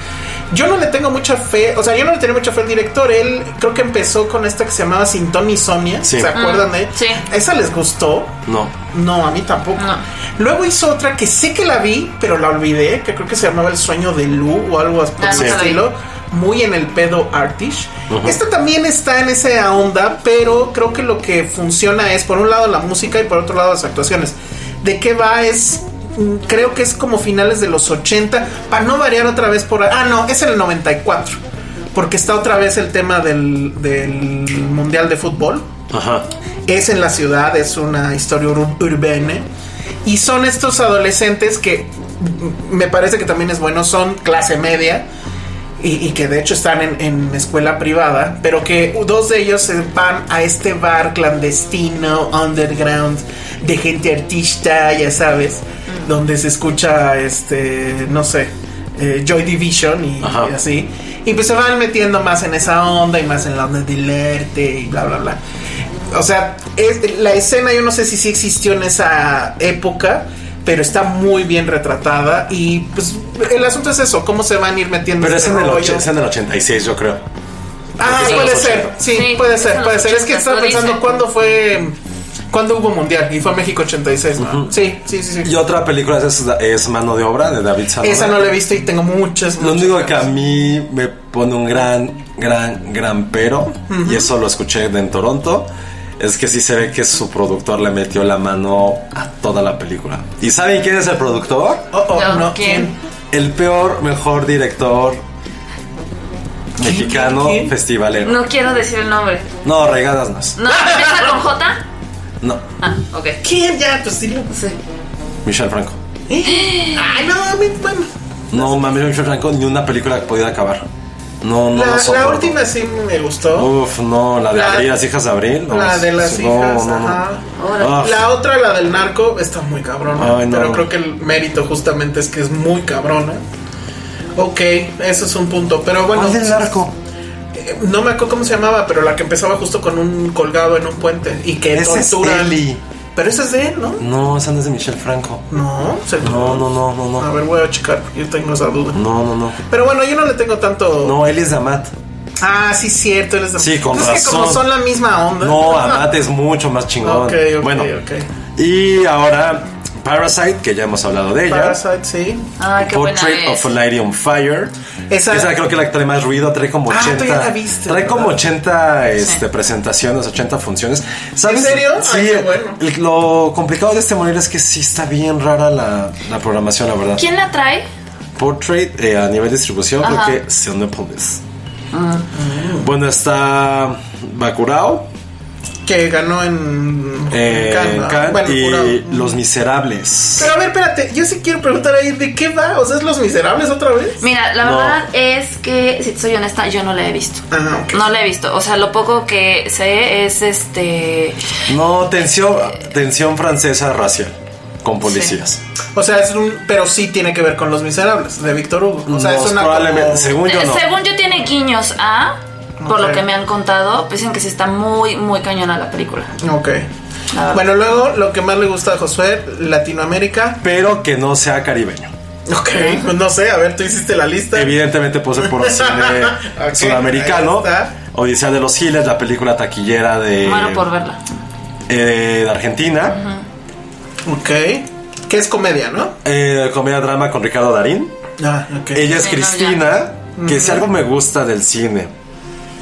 S3: Yo no le tengo mucha fe, o sea, yo no le tenía mucha fe al director. Él creo que empezó con esta que se llamaba Sintón y Sonia.
S2: Sí.
S3: ¿Se acuerdan de?
S4: sí.
S3: Esa les gustó.
S2: No.
S3: No, a mí tampoco.
S4: No.
S3: Luego hizo otra que sé que la vi, pero la olvidé, que creo que se llamaba El sueño de Lu o algo así por
S4: Ah,
S3: el
S4: sí.
S3: estilo. Muy en el pedo artish. Esta también está en esa onda, pero creo que lo que funciona es por un lado la música y por otro lado las actuaciones. ¿De qué va? Es. mm, Creo que es como finales de los 80. Para no variar otra vez por. Ah, no, es el 94. Porque está otra vez el tema del, del Mundial de Fútbol
S2: Ajá.
S3: es en la ciudad, es una historia ur- urbana. Y son estos adolescentes que mm, me parece que también es bueno, son clase media y, y que de hecho están en, en escuela privada, pero que dos de ellos se van a este bar clandestino, underground, de gente artista, ya sabes, donde se escucha, este, no sé, eh, Joy Division y,
S2: Ajá.
S3: y así. Y pues se van metiendo más en esa onda y más en la onda del arte y bla, bla, bla. O sea, es- la escena yo no sé si sí existió en esa época, pero está muy bien retratada y pues el asunto es eso, cómo se van a ir metiendo.
S2: Pero es
S3: este
S2: en, el
S3: rollo?
S2: och- es en el 86, yo creo.
S3: Ah,
S2: es en
S3: puede
S2: los
S3: ser,
S2: 80.
S3: sí,
S4: Sí,
S3: puede
S4: es en
S3: ser,
S4: los
S3: puede ser. Es que
S4: 80,
S3: estaba
S4: lo
S3: pensando
S4: dicen.
S3: cuándo fue, cuándo hubo mundial y fue México 86, ¿no? Sí, sí, sí, sí.
S2: Y otra película es, es Mano de Obra de David Salomé.
S3: Esa no la he visto y tengo muchas.
S2: Lo
S3: muchas
S2: único que a
S3: ganas.
S2: mí me pone un gran, gran, gran pero, y eso lo escuché en Toronto, es que sí se ve que su productor le metió la mano a toda la película. ¿Y saben quién es el productor?
S3: Oh, oh,
S4: No,
S3: no,
S4: ¿quién?
S2: El peor, mejor director mexicano
S3: quién, quién?
S2: festivalero.
S4: No quiero decir el nombre.
S2: No, regadas más.
S4: ¿No empieza con J?
S2: No,
S4: Ah, ok.
S3: ¿Quién? Ya, pues dilo.
S4: Sí.
S2: Michel Franco.
S3: Ay, no, a mí, bueno.
S2: No mames, Michel Franco, ni una película que podía acabar. No, no,
S3: la,
S2: no
S3: la
S2: soporto.
S3: última sí me gustó.
S2: Uf, no, la de
S3: La-
S2: Abril, las hijas de Abril. no,
S3: La de las
S2: no,
S3: hijas,
S2: no, no.
S3: ajá.
S2: Ah,
S3: La otra, la del narco, está muy cabrona.
S2: Ay, no.
S3: Pero creo que el mérito justamente es que es muy cabrona. Ok, eso es un punto. Pero bueno,
S2: ¿Cuál del narco?
S3: eh, no me acuerdo cómo se llamaba, pero la que empezaba justo con un colgado en un puente y que
S2: Ese es
S3: torturan.
S2: Eli.
S3: Pero ese es de él, ¿no?
S2: No, esa no es de Michel Franco.
S3: No, seguro.
S2: No, no, no, no,
S3: A
S2: no.
S3: ver, voy a checar. Yo tengo esa duda.
S2: No, no, no.
S3: Pero bueno, yo no le tengo tanto.
S2: No, él es de Amat.
S3: Ah, sí, cierto. Él es de-
S2: Sí, con
S3: Pues Es que como
S2: razón.
S3: son la misma onda.
S2: No, Amat es mucho más chingón.
S3: Ok, ok,
S2: bueno,
S3: ok.
S2: y ahora Parasite, que ya hemos hablado de ella.
S3: Parasite, ah, sí.
S4: Ay, qué buena
S2: Portrait
S4: es.
S2: of a Lady on Fire.
S3: Esa-
S2: Esa, creo que la que trae más ruido, trae como
S3: Ah, tú
S2: 80.
S3: ya la viste,
S2: trae como
S3: ¿verdad?
S2: 80 este, presentaciones, 80 funciones. ¿Sabes?
S3: ¿En serio?
S2: Sí,
S3: Ay, qué bueno.
S2: el- lo complicado de este modelo es que sí está bien rara la, la programación, la verdad.
S4: ¿Quién la trae?
S2: Portrait eh, a nivel distribución, creo que Cinepolis. Bueno, está Bacurao,
S3: que ganó en,
S2: eh,
S3: en Cannes, ¿no?
S2: Cannes
S3: Bueno,
S2: y
S3: jurado.
S2: Los Miserables.
S3: Pero a ver, espérate, yo sí quiero preguntar ahí, ¿de qué va? O sea, ¿es Los Miserables otra vez?
S4: Mira, la
S2: No.
S4: verdad es que, si te soy honesta, yo no la he visto.
S3: Ah, ok.
S4: No la he visto. O sea, lo poco que sé es este.
S2: No, tensión, tensión francesa racial. con policías.
S3: O sea, es un. Pero sí tiene que ver con Los Miserables, de Víctor Hugo. O sea,
S2: Nos
S3: es una.
S2: probablemente-
S3: como-
S2: Según yo
S4: Eh,
S2: no.
S4: Según yo tiene guiños a, por
S3: Ok.
S4: lo que me han contado, pues dicen que sí está muy, muy cañona la película.
S3: Ok.
S4: La verdad.
S3: Bueno, luego lo que más le gusta a Josué, Latinoamérica.
S2: Pero que no sea caribeño.
S3: Ok, pues no sé, a ver, tú hiciste la lista.
S2: Evidentemente puede ser por cine
S3: Ok,
S2: sudamericano.
S3: ahí está.
S2: Odisea de los Giles, la película taquillera de,
S4: Muero por verla.
S2: eh, de Argentina.
S3: Ok. Que es comedia, ¿no?
S2: Eh, comedia drama con Ricardo Darín.
S3: Ah, ok.
S2: Ella es
S4: Sí, no,
S2: Cristina, que si algo me gusta del cine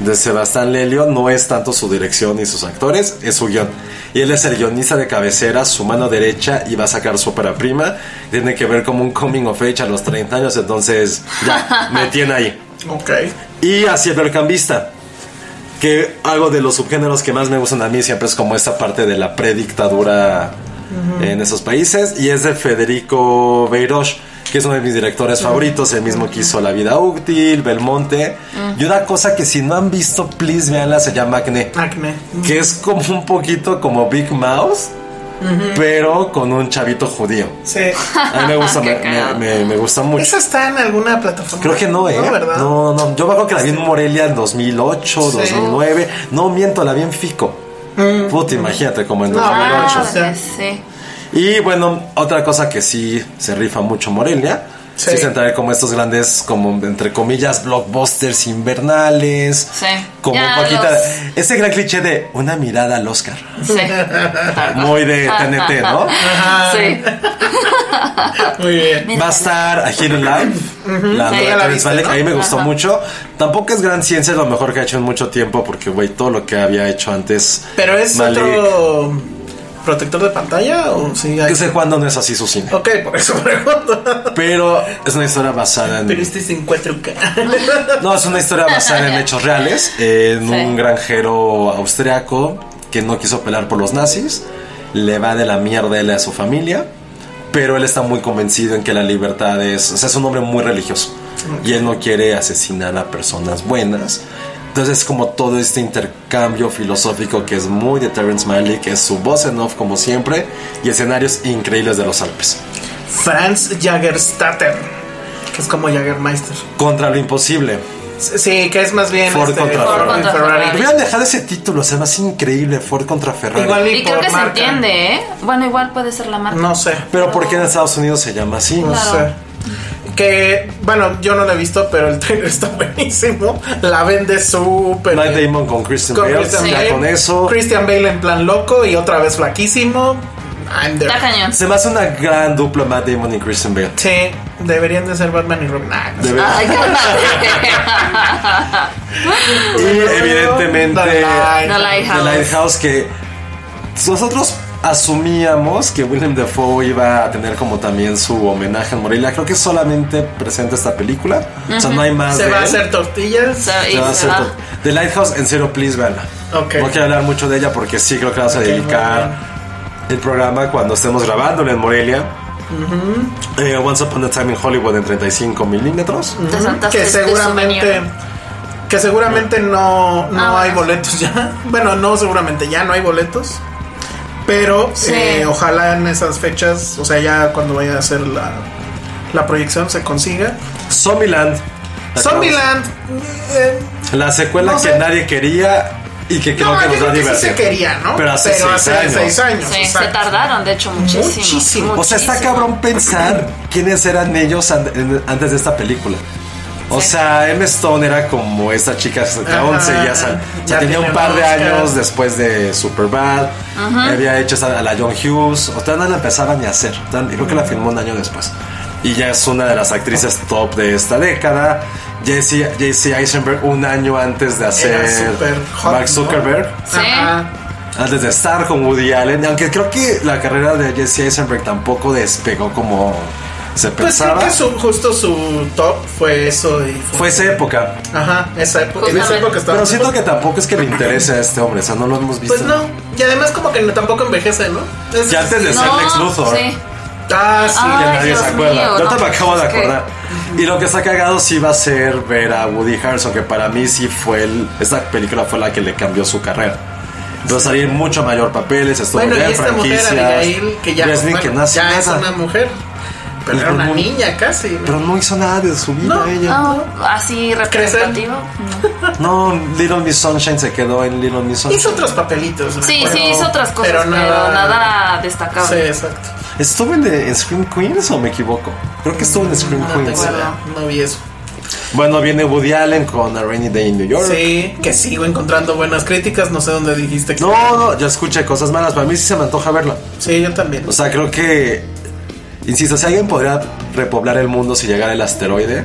S2: de Sebastián Lelio no es tanto su dirección ni sus actores, es su guión. Y él es el guionista de cabecera, su mano derecha y va a sacar su ópera prima. Tiene que ver como un coming of age a los 30 años, entonces ya me tiene ahí.
S3: Ok.
S2: Y hacia Belcambista. Que algo de los subgéneros que más me gustan a mí siempre es como esta parte de la predictadura en esos países. Y es de Federico Beirosh, que es uno de mis directores favoritos. El mismo que hizo La Vida Útil, Belmonte. Y una cosa que si no han visto, please veanla, se llama Acné.
S3: Acne.
S2: Que es como un poquito como Big Mouth, pero con un chavito judío.
S3: Sí.
S2: A mí me gusta,
S4: Qué
S2: me- me-
S4: cagado.
S2: me- me gusta mucho.
S3: ¿Esa está en alguna plataforma?
S2: Creo que no, ¿eh?
S3: No, ¿verdad?
S2: No, no, yo me acuerdo que la vi en Morelia en 2008,
S3: Sí. Mm.
S2: 2009. No miento, la vi en Fico. Puta, imagínate, como en
S3: No,
S2: 2008.
S4: Ah,
S3: o sea.
S4: sí.
S2: Y bueno, otra cosa que sí se rifa mucho Morelia. Sí.
S3: Sí.
S2: se trae como estos grandes, como entre comillas, blockbusters invernales.
S4: Sí.
S2: Como
S4: Ya,
S2: un poquito.
S4: los-
S2: Ese gran cliché de una mirada al Oscar.
S4: Sí.
S2: Muy de TNT, ¿no?
S4: sí.
S3: Muy bien.
S2: Va a estar a Hidden Life, la
S4: Sí,
S2: nueva
S4: ya la
S2: Terrence
S3: viste,
S2: Malick,
S3: ¿no?
S2: a mí me gustó mucho. Tampoco es gran ciencia, es lo mejor que ha hecho en mucho tiempo, porque, güey, todo lo que había hecho antes.
S3: Pero es
S2: Malick,
S3: otro protector de pantalla o sí hay-
S2: Que sé cuándo no es así su cine.
S3: Ok, por eso pregunto.
S2: Pero es una historia basada en.
S3: Pero este es en 4K.
S2: No, es una historia basada en hechos reales, en
S4: Sí.
S2: un granjero austriaco que no quiso pelar por los nazis, le va de la mierda él y a su familia, pero él está muy convencido en que la libertad es, o sea, es un hombre muy religioso y él no quiere asesinar a personas buenas. Entonces es como todo este intercambio filosófico que es muy de Terrence Malick, que es su voz en off como siempre y escenarios increíbles de los Alpes.
S3: Franz Jagerstatter. Que es como Jagermeister.
S2: Contra lo imposible.
S3: Sí, que es más bien. este,
S2: Ford contra
S3: Ford
S4: Ferrari.
S3: contra Ferrari.
S2: Hubieran dejado ese título, se me hace increíble Ford contra Ferrari.
S3: Igual
S4: Y creo
S3: por
S4: que se
S3: marca.
S4: entiende, ¿eh? Bueno, igual puede ser la marca.
S3: No sé.
S2: Pero ¿por qué en Estados Unidos se llama así?
S3: No sé. Que, bueno, yo no lo he visto, pero el trailer está buenísimo. La vende súper.
S2: Night
S3: bien.
S2: Damon con Christian
S3: Con
S2: Bale,
S3: Christian
S2: ya
S3: Bale.
S2: con eso.
S3: Christian Bale en plan loco y otra vez flaquísimo. I'm there.
S4: Está cañón.
S2: Se me hace una gran dupla Matt Damon y Christian Bale.
S3: Sí, deberían de ser Batman y Robin. Nah, no sé.
S2: De verdad.
S4: Ay, cálmate.
S2: Y evidentemente
S3: The Lighthouse.
S4: The Lighthouse.
S2: The Lighthouse que nosotros asumíamos que Willem Dafoe iba a tener como también su homenaje en Morelia. Creo que solamente presenta esta película. O sea, no hay más
S3: Se
S2: de
S3: va a
S2: él.
S3: hacer tortillas.
S4: So, y
S2: Se va a
S4: se
S2: hacer
S4: va.
S2: todo. The Lighthouse, en serio, please, véanla.
S3: Ok.
S2: No quiero hablar mucho de ella porque sí creo que la vas a dedicar el programa cuando estemos grabándolo en Morelia. Eh, Once Upon a Time in Hollywood en 35 milímetros.
S4: Te saltaste
S3: que
S4: este
S3: seguramente
S4: souvenir.
S3: que seguramente no, no
S4: Ah,
S3: hay
S4: bueno.
S3: boletos ya. Bueno, no seguramente ya no hay boletos. Pero
S4: Sí.
S3: eh, ojalá en esas fechas, o sea, ya cuando vaya a hacer la, la proyección se consiga.
S2: Zombieland. La
S3: Zombieland. eh,
S2: que- La secuela
S3: No
S2: que
S3: sé.
S2: nadie quería y que creo
S3: no,
S2: que
S3: yo
S2: nos va
S3: creo
S2: a
S3: que sí
S2: divertir.
S3: se quería, ¿no?
S2: Pero hace seis años.
S3: seis años,
S4: Sí, se ¿eh?
S3: exacto.
S4: tardaron, de hecho, muchísimo.
S3: Muchísimo.
S2: O sea, está
S4: Muchísimo.
S2: cabrón pensar quiénes eran ellos an- en- antes de esta película. O sea, Emma Stone era como esta chica de
S3: Ajá.
S2: 11 ya, sal- o sea,
S3: Ya
S2: tenía un
S3: tiene
S2: par de
S3: Oscar.
S2: años después de Superbad. Había hecho esa- a la John Hughes. O sea, no la empezaba ni a hacer. Tan- Creo que la filmó un año después. Y ya es una de las actrices top de esta década. Jesse, Jesse Eisenberg un año antes de hacer
S3: súper hot,
S2: Mark
S3: ¿no?
S2: Zuckerberg.
S4: Sí.
S3: Ajá.
S2: Antes de estar con Woody Allen, aunque creo que la carrera de Jesse Eisenberg tampoco despegó como se
S3: Pues creo
S2: pensaba.
S3: que su, justo su top fue eso y fue,
S2: Fue esa época.
S3: ajá, esa época, en esa
S4: Justamente.
S3: época estaba
S2: Pero siento que tampoco es que le interese a este hombre, o sea, no lo hemos visto.
S3: Pues no, y además como que no- tampoco envejece, ¿no? Es-
S2: Y antes de ser
S4: No,
S2: Lex Luthor,
S4: sí.
S3: Ah, sí.
S2: que
S4: Ay,
S2: nadie
S4: Dios
S2: se acuerda.
S4: mío,
S2: Yo
S4: no,
S2: te me acabo de
S4: es que-
S2: acordar. Y lo que está cagado sí va a ser ver a Woody Harrelson, que para mí sí fue el. Esta película fue la que le cambió su carrera. Va a salir mucho mayor papeles, estuvo
S3: Bueno,
S2: ya
S3: y
S2: en
S3: esta mujer,
S2: franquicias.
S3: Abigail, que ya,
S2: Breslin,
S3: bueno,
S2: que nace
S3: ya es
S2: nada,
S3: una mujer. Pero
S2: Es
S3: era una
S2: muy-
S3: niña casi. ¿no?
S2: Pero no hizo nada de su vida
S3: No,
S2: ella.
S4: No, así representativo. no.
S2: No, Little Miss Sunshine se quedó en Little Miss Sunshine.
S3: Hizo otros papelitos. ¿no?
S4: Sí,
S3: Pero-
S4: sí, hizo otras cosas, pero nada, destacable.
S3: Sí, exacto.
S2: ¿Estuvo en, eh, en Scream Queens o me equivoco? Creo que estuvo en Scream
S3: No
S2: Queens.
S3: tengo idea, no vi eso.
S2: Bueno, viene Woody Allen con A Rainy Day in New York.
S3: Sí, que sigo encontrando buenas críticas. No sé dónde dijiste que.
S2: No, no, yo escuché cosas malas. Para mí sí se me antoja verla.
S3: Sí, yo también.
S2: O sea, creo que. Insisto, si alguien podría repoblar el mundo si llegara el asteroide,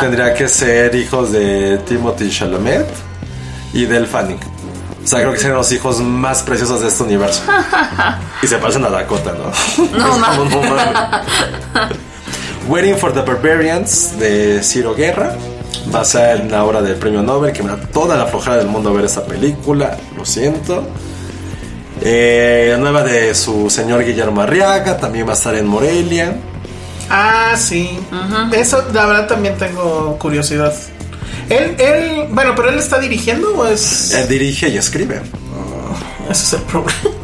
S2: tendría que ser hijos de Timothy Chalamet y del Fanning. O sea, creo que serían los hijos más preciosos de este universo. y se pasan a Dakota, ¿no?
S4: No,
S2: Es como,
S4: ma.
S2: no mames. Waiting for the Barbarians de Ciro Guerra. Basada en la obra del premio Nobel, que me da toda la flojera del mundo ver esta película. Lo siento. Eh, la nueva de su señor Guillermo Arriaga, también va a estar en Morelia.
S3: Ah, sí. Eso, la verdad, también tengo curiosidad. Él, él, bueno, pero él está dirigiendo o es.
S2: Él dirige y escribe.
S3: Ese es el problema.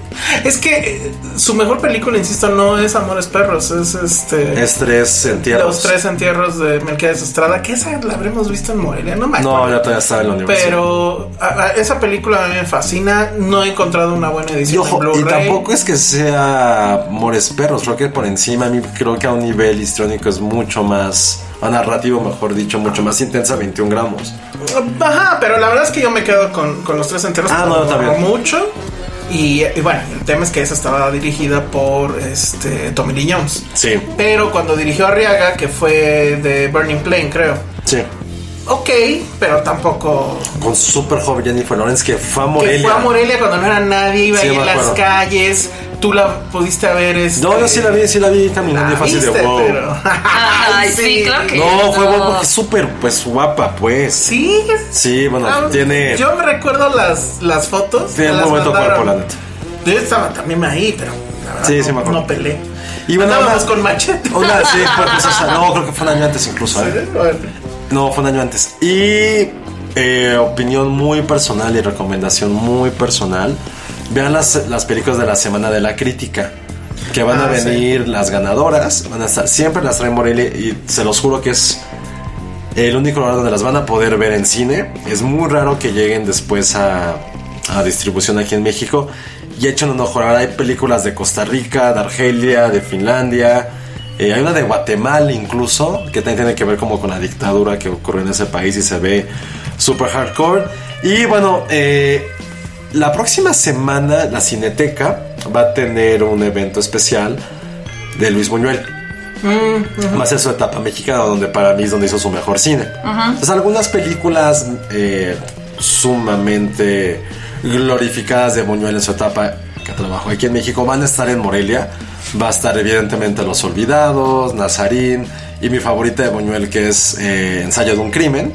S3: Es que eh, su mejor película, insisto, no es Amores Perros, es este.
S2: Es tres entierros.
S3: Los tres entierros de Melquiades Estrada, que esa la habremos visto en Morelia, no me acuerdo.
S2: No, ya todavía estaba en la universidad.
S3: Pero a- a- esa película a mí me fascina. No he encontrado una buena
S2: Y,
S3: edición
S2: ojo,
S3: en
S2: y
S3: Blu-ray.
S2: tampoco es que sea Mores Perros, creo que por encima, a mí creo que a un nivel histrónico es mucho más, a narrativo mejor dicho, mucho más intensa, 21 gramos.
S3: Ajá, pero la verdad es que yo me quedo con, con los tres enteros
S2: Ah, no,
S3: como
S2: yo también.
S3: mucho. Y, y bueno, el tema es que esa estaba dirigida por este Tommy Lee Jones.
S2: Sí,
S3: Pero cuando dirigió Arriaga, que fue de Burning Plain, creo.
S2: sí.
S3: Ok, pero tampoco.
S2: Con super joven Jennifer Lawrence que fue a Morelia.
S3: Que fue a Morelia cuando no era nadie, iba
S2: Sí,
S3: ahí
S2: me
S3: en las
S2: acuerdo.
S3: calles. Tú la pudiste ver. Este,
S2: No, yo sí la vi, sí la vi caminando y
S3: la
S2: fue así de
S3: viste,
S2: wow.
S3: pero- ¿ah,
S4: Ay, sí, claro que-
S2: No, fue
S4: No.
S2: guapo, porque es súper, pues guapa, pues.
S3: Sí.
S2: Sí, bueno,
S3: Ah,
S2: tiene.
S3: Yo me recuerdo las, las fotos.
S2: Tiene
S3: me
S2: un
S3: las
S2: momento
S3: mandaron.
S2: cuerpo, la neta.
S3: Yo estaba también ahí, pero la verdad
S2: Sí,
S3: no,
S2: sí me acuerdo.
S3: no peleé.
S2: Y
S3: Y
S2: bueno,
S3: Andábamos
S2: una-
S3: con machete.
S2: Una, sí, fue preciosa. No, creo que fue un año antes incluso. ¿eh? No, fue un año antes. Y eh, opinión muy personal y recomendación muy personal. Vean las, las películas de la semana de la crítica. Que van a
S3: Ah, sí.
S2: venir las ganadoras. Van a estar, siempre las traen Morelia y se los juro que es el único lugar donde las van a poder ver en cine. Es muy raro que lleguen después a, a distribución aquí en México. Y echen un ojo, la verdad, hay películas de Costa Rica, de Argelia, de Finlandia. eh, hay una de Guatemala incluso, que también tiene que ver como con la dictadura que ocurrió en ese país y se ve super hardcore. Y bueno, eh, la próxima semana la Cineteca va a tener un evento especial de Luis Buñuel más en su etapa mexicana, donde para mí es donde hizo su mejor cine. Entonces, algunas películas eh, sumamente glorificadas de Buñuel en su etapa que trabajó aquí en México van a estar en Morelia. Va a estar evidentemente Los Olvidados, Nazarín y mi favorita de Buñuel que es eh, Ensayo de un Crimen.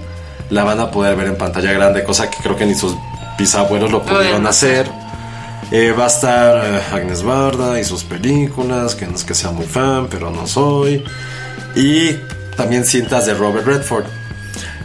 S2: La van a poder ver en pantalla grande, cosa que creo que ni sus bisabuelos lo pudieron
S4: Bueno.
S2: hacer. Eh, va a estar eh, Agnes Barda y sus películas, que no es que sea muy fan, pero no soy. Y también cintas de Robert Redford.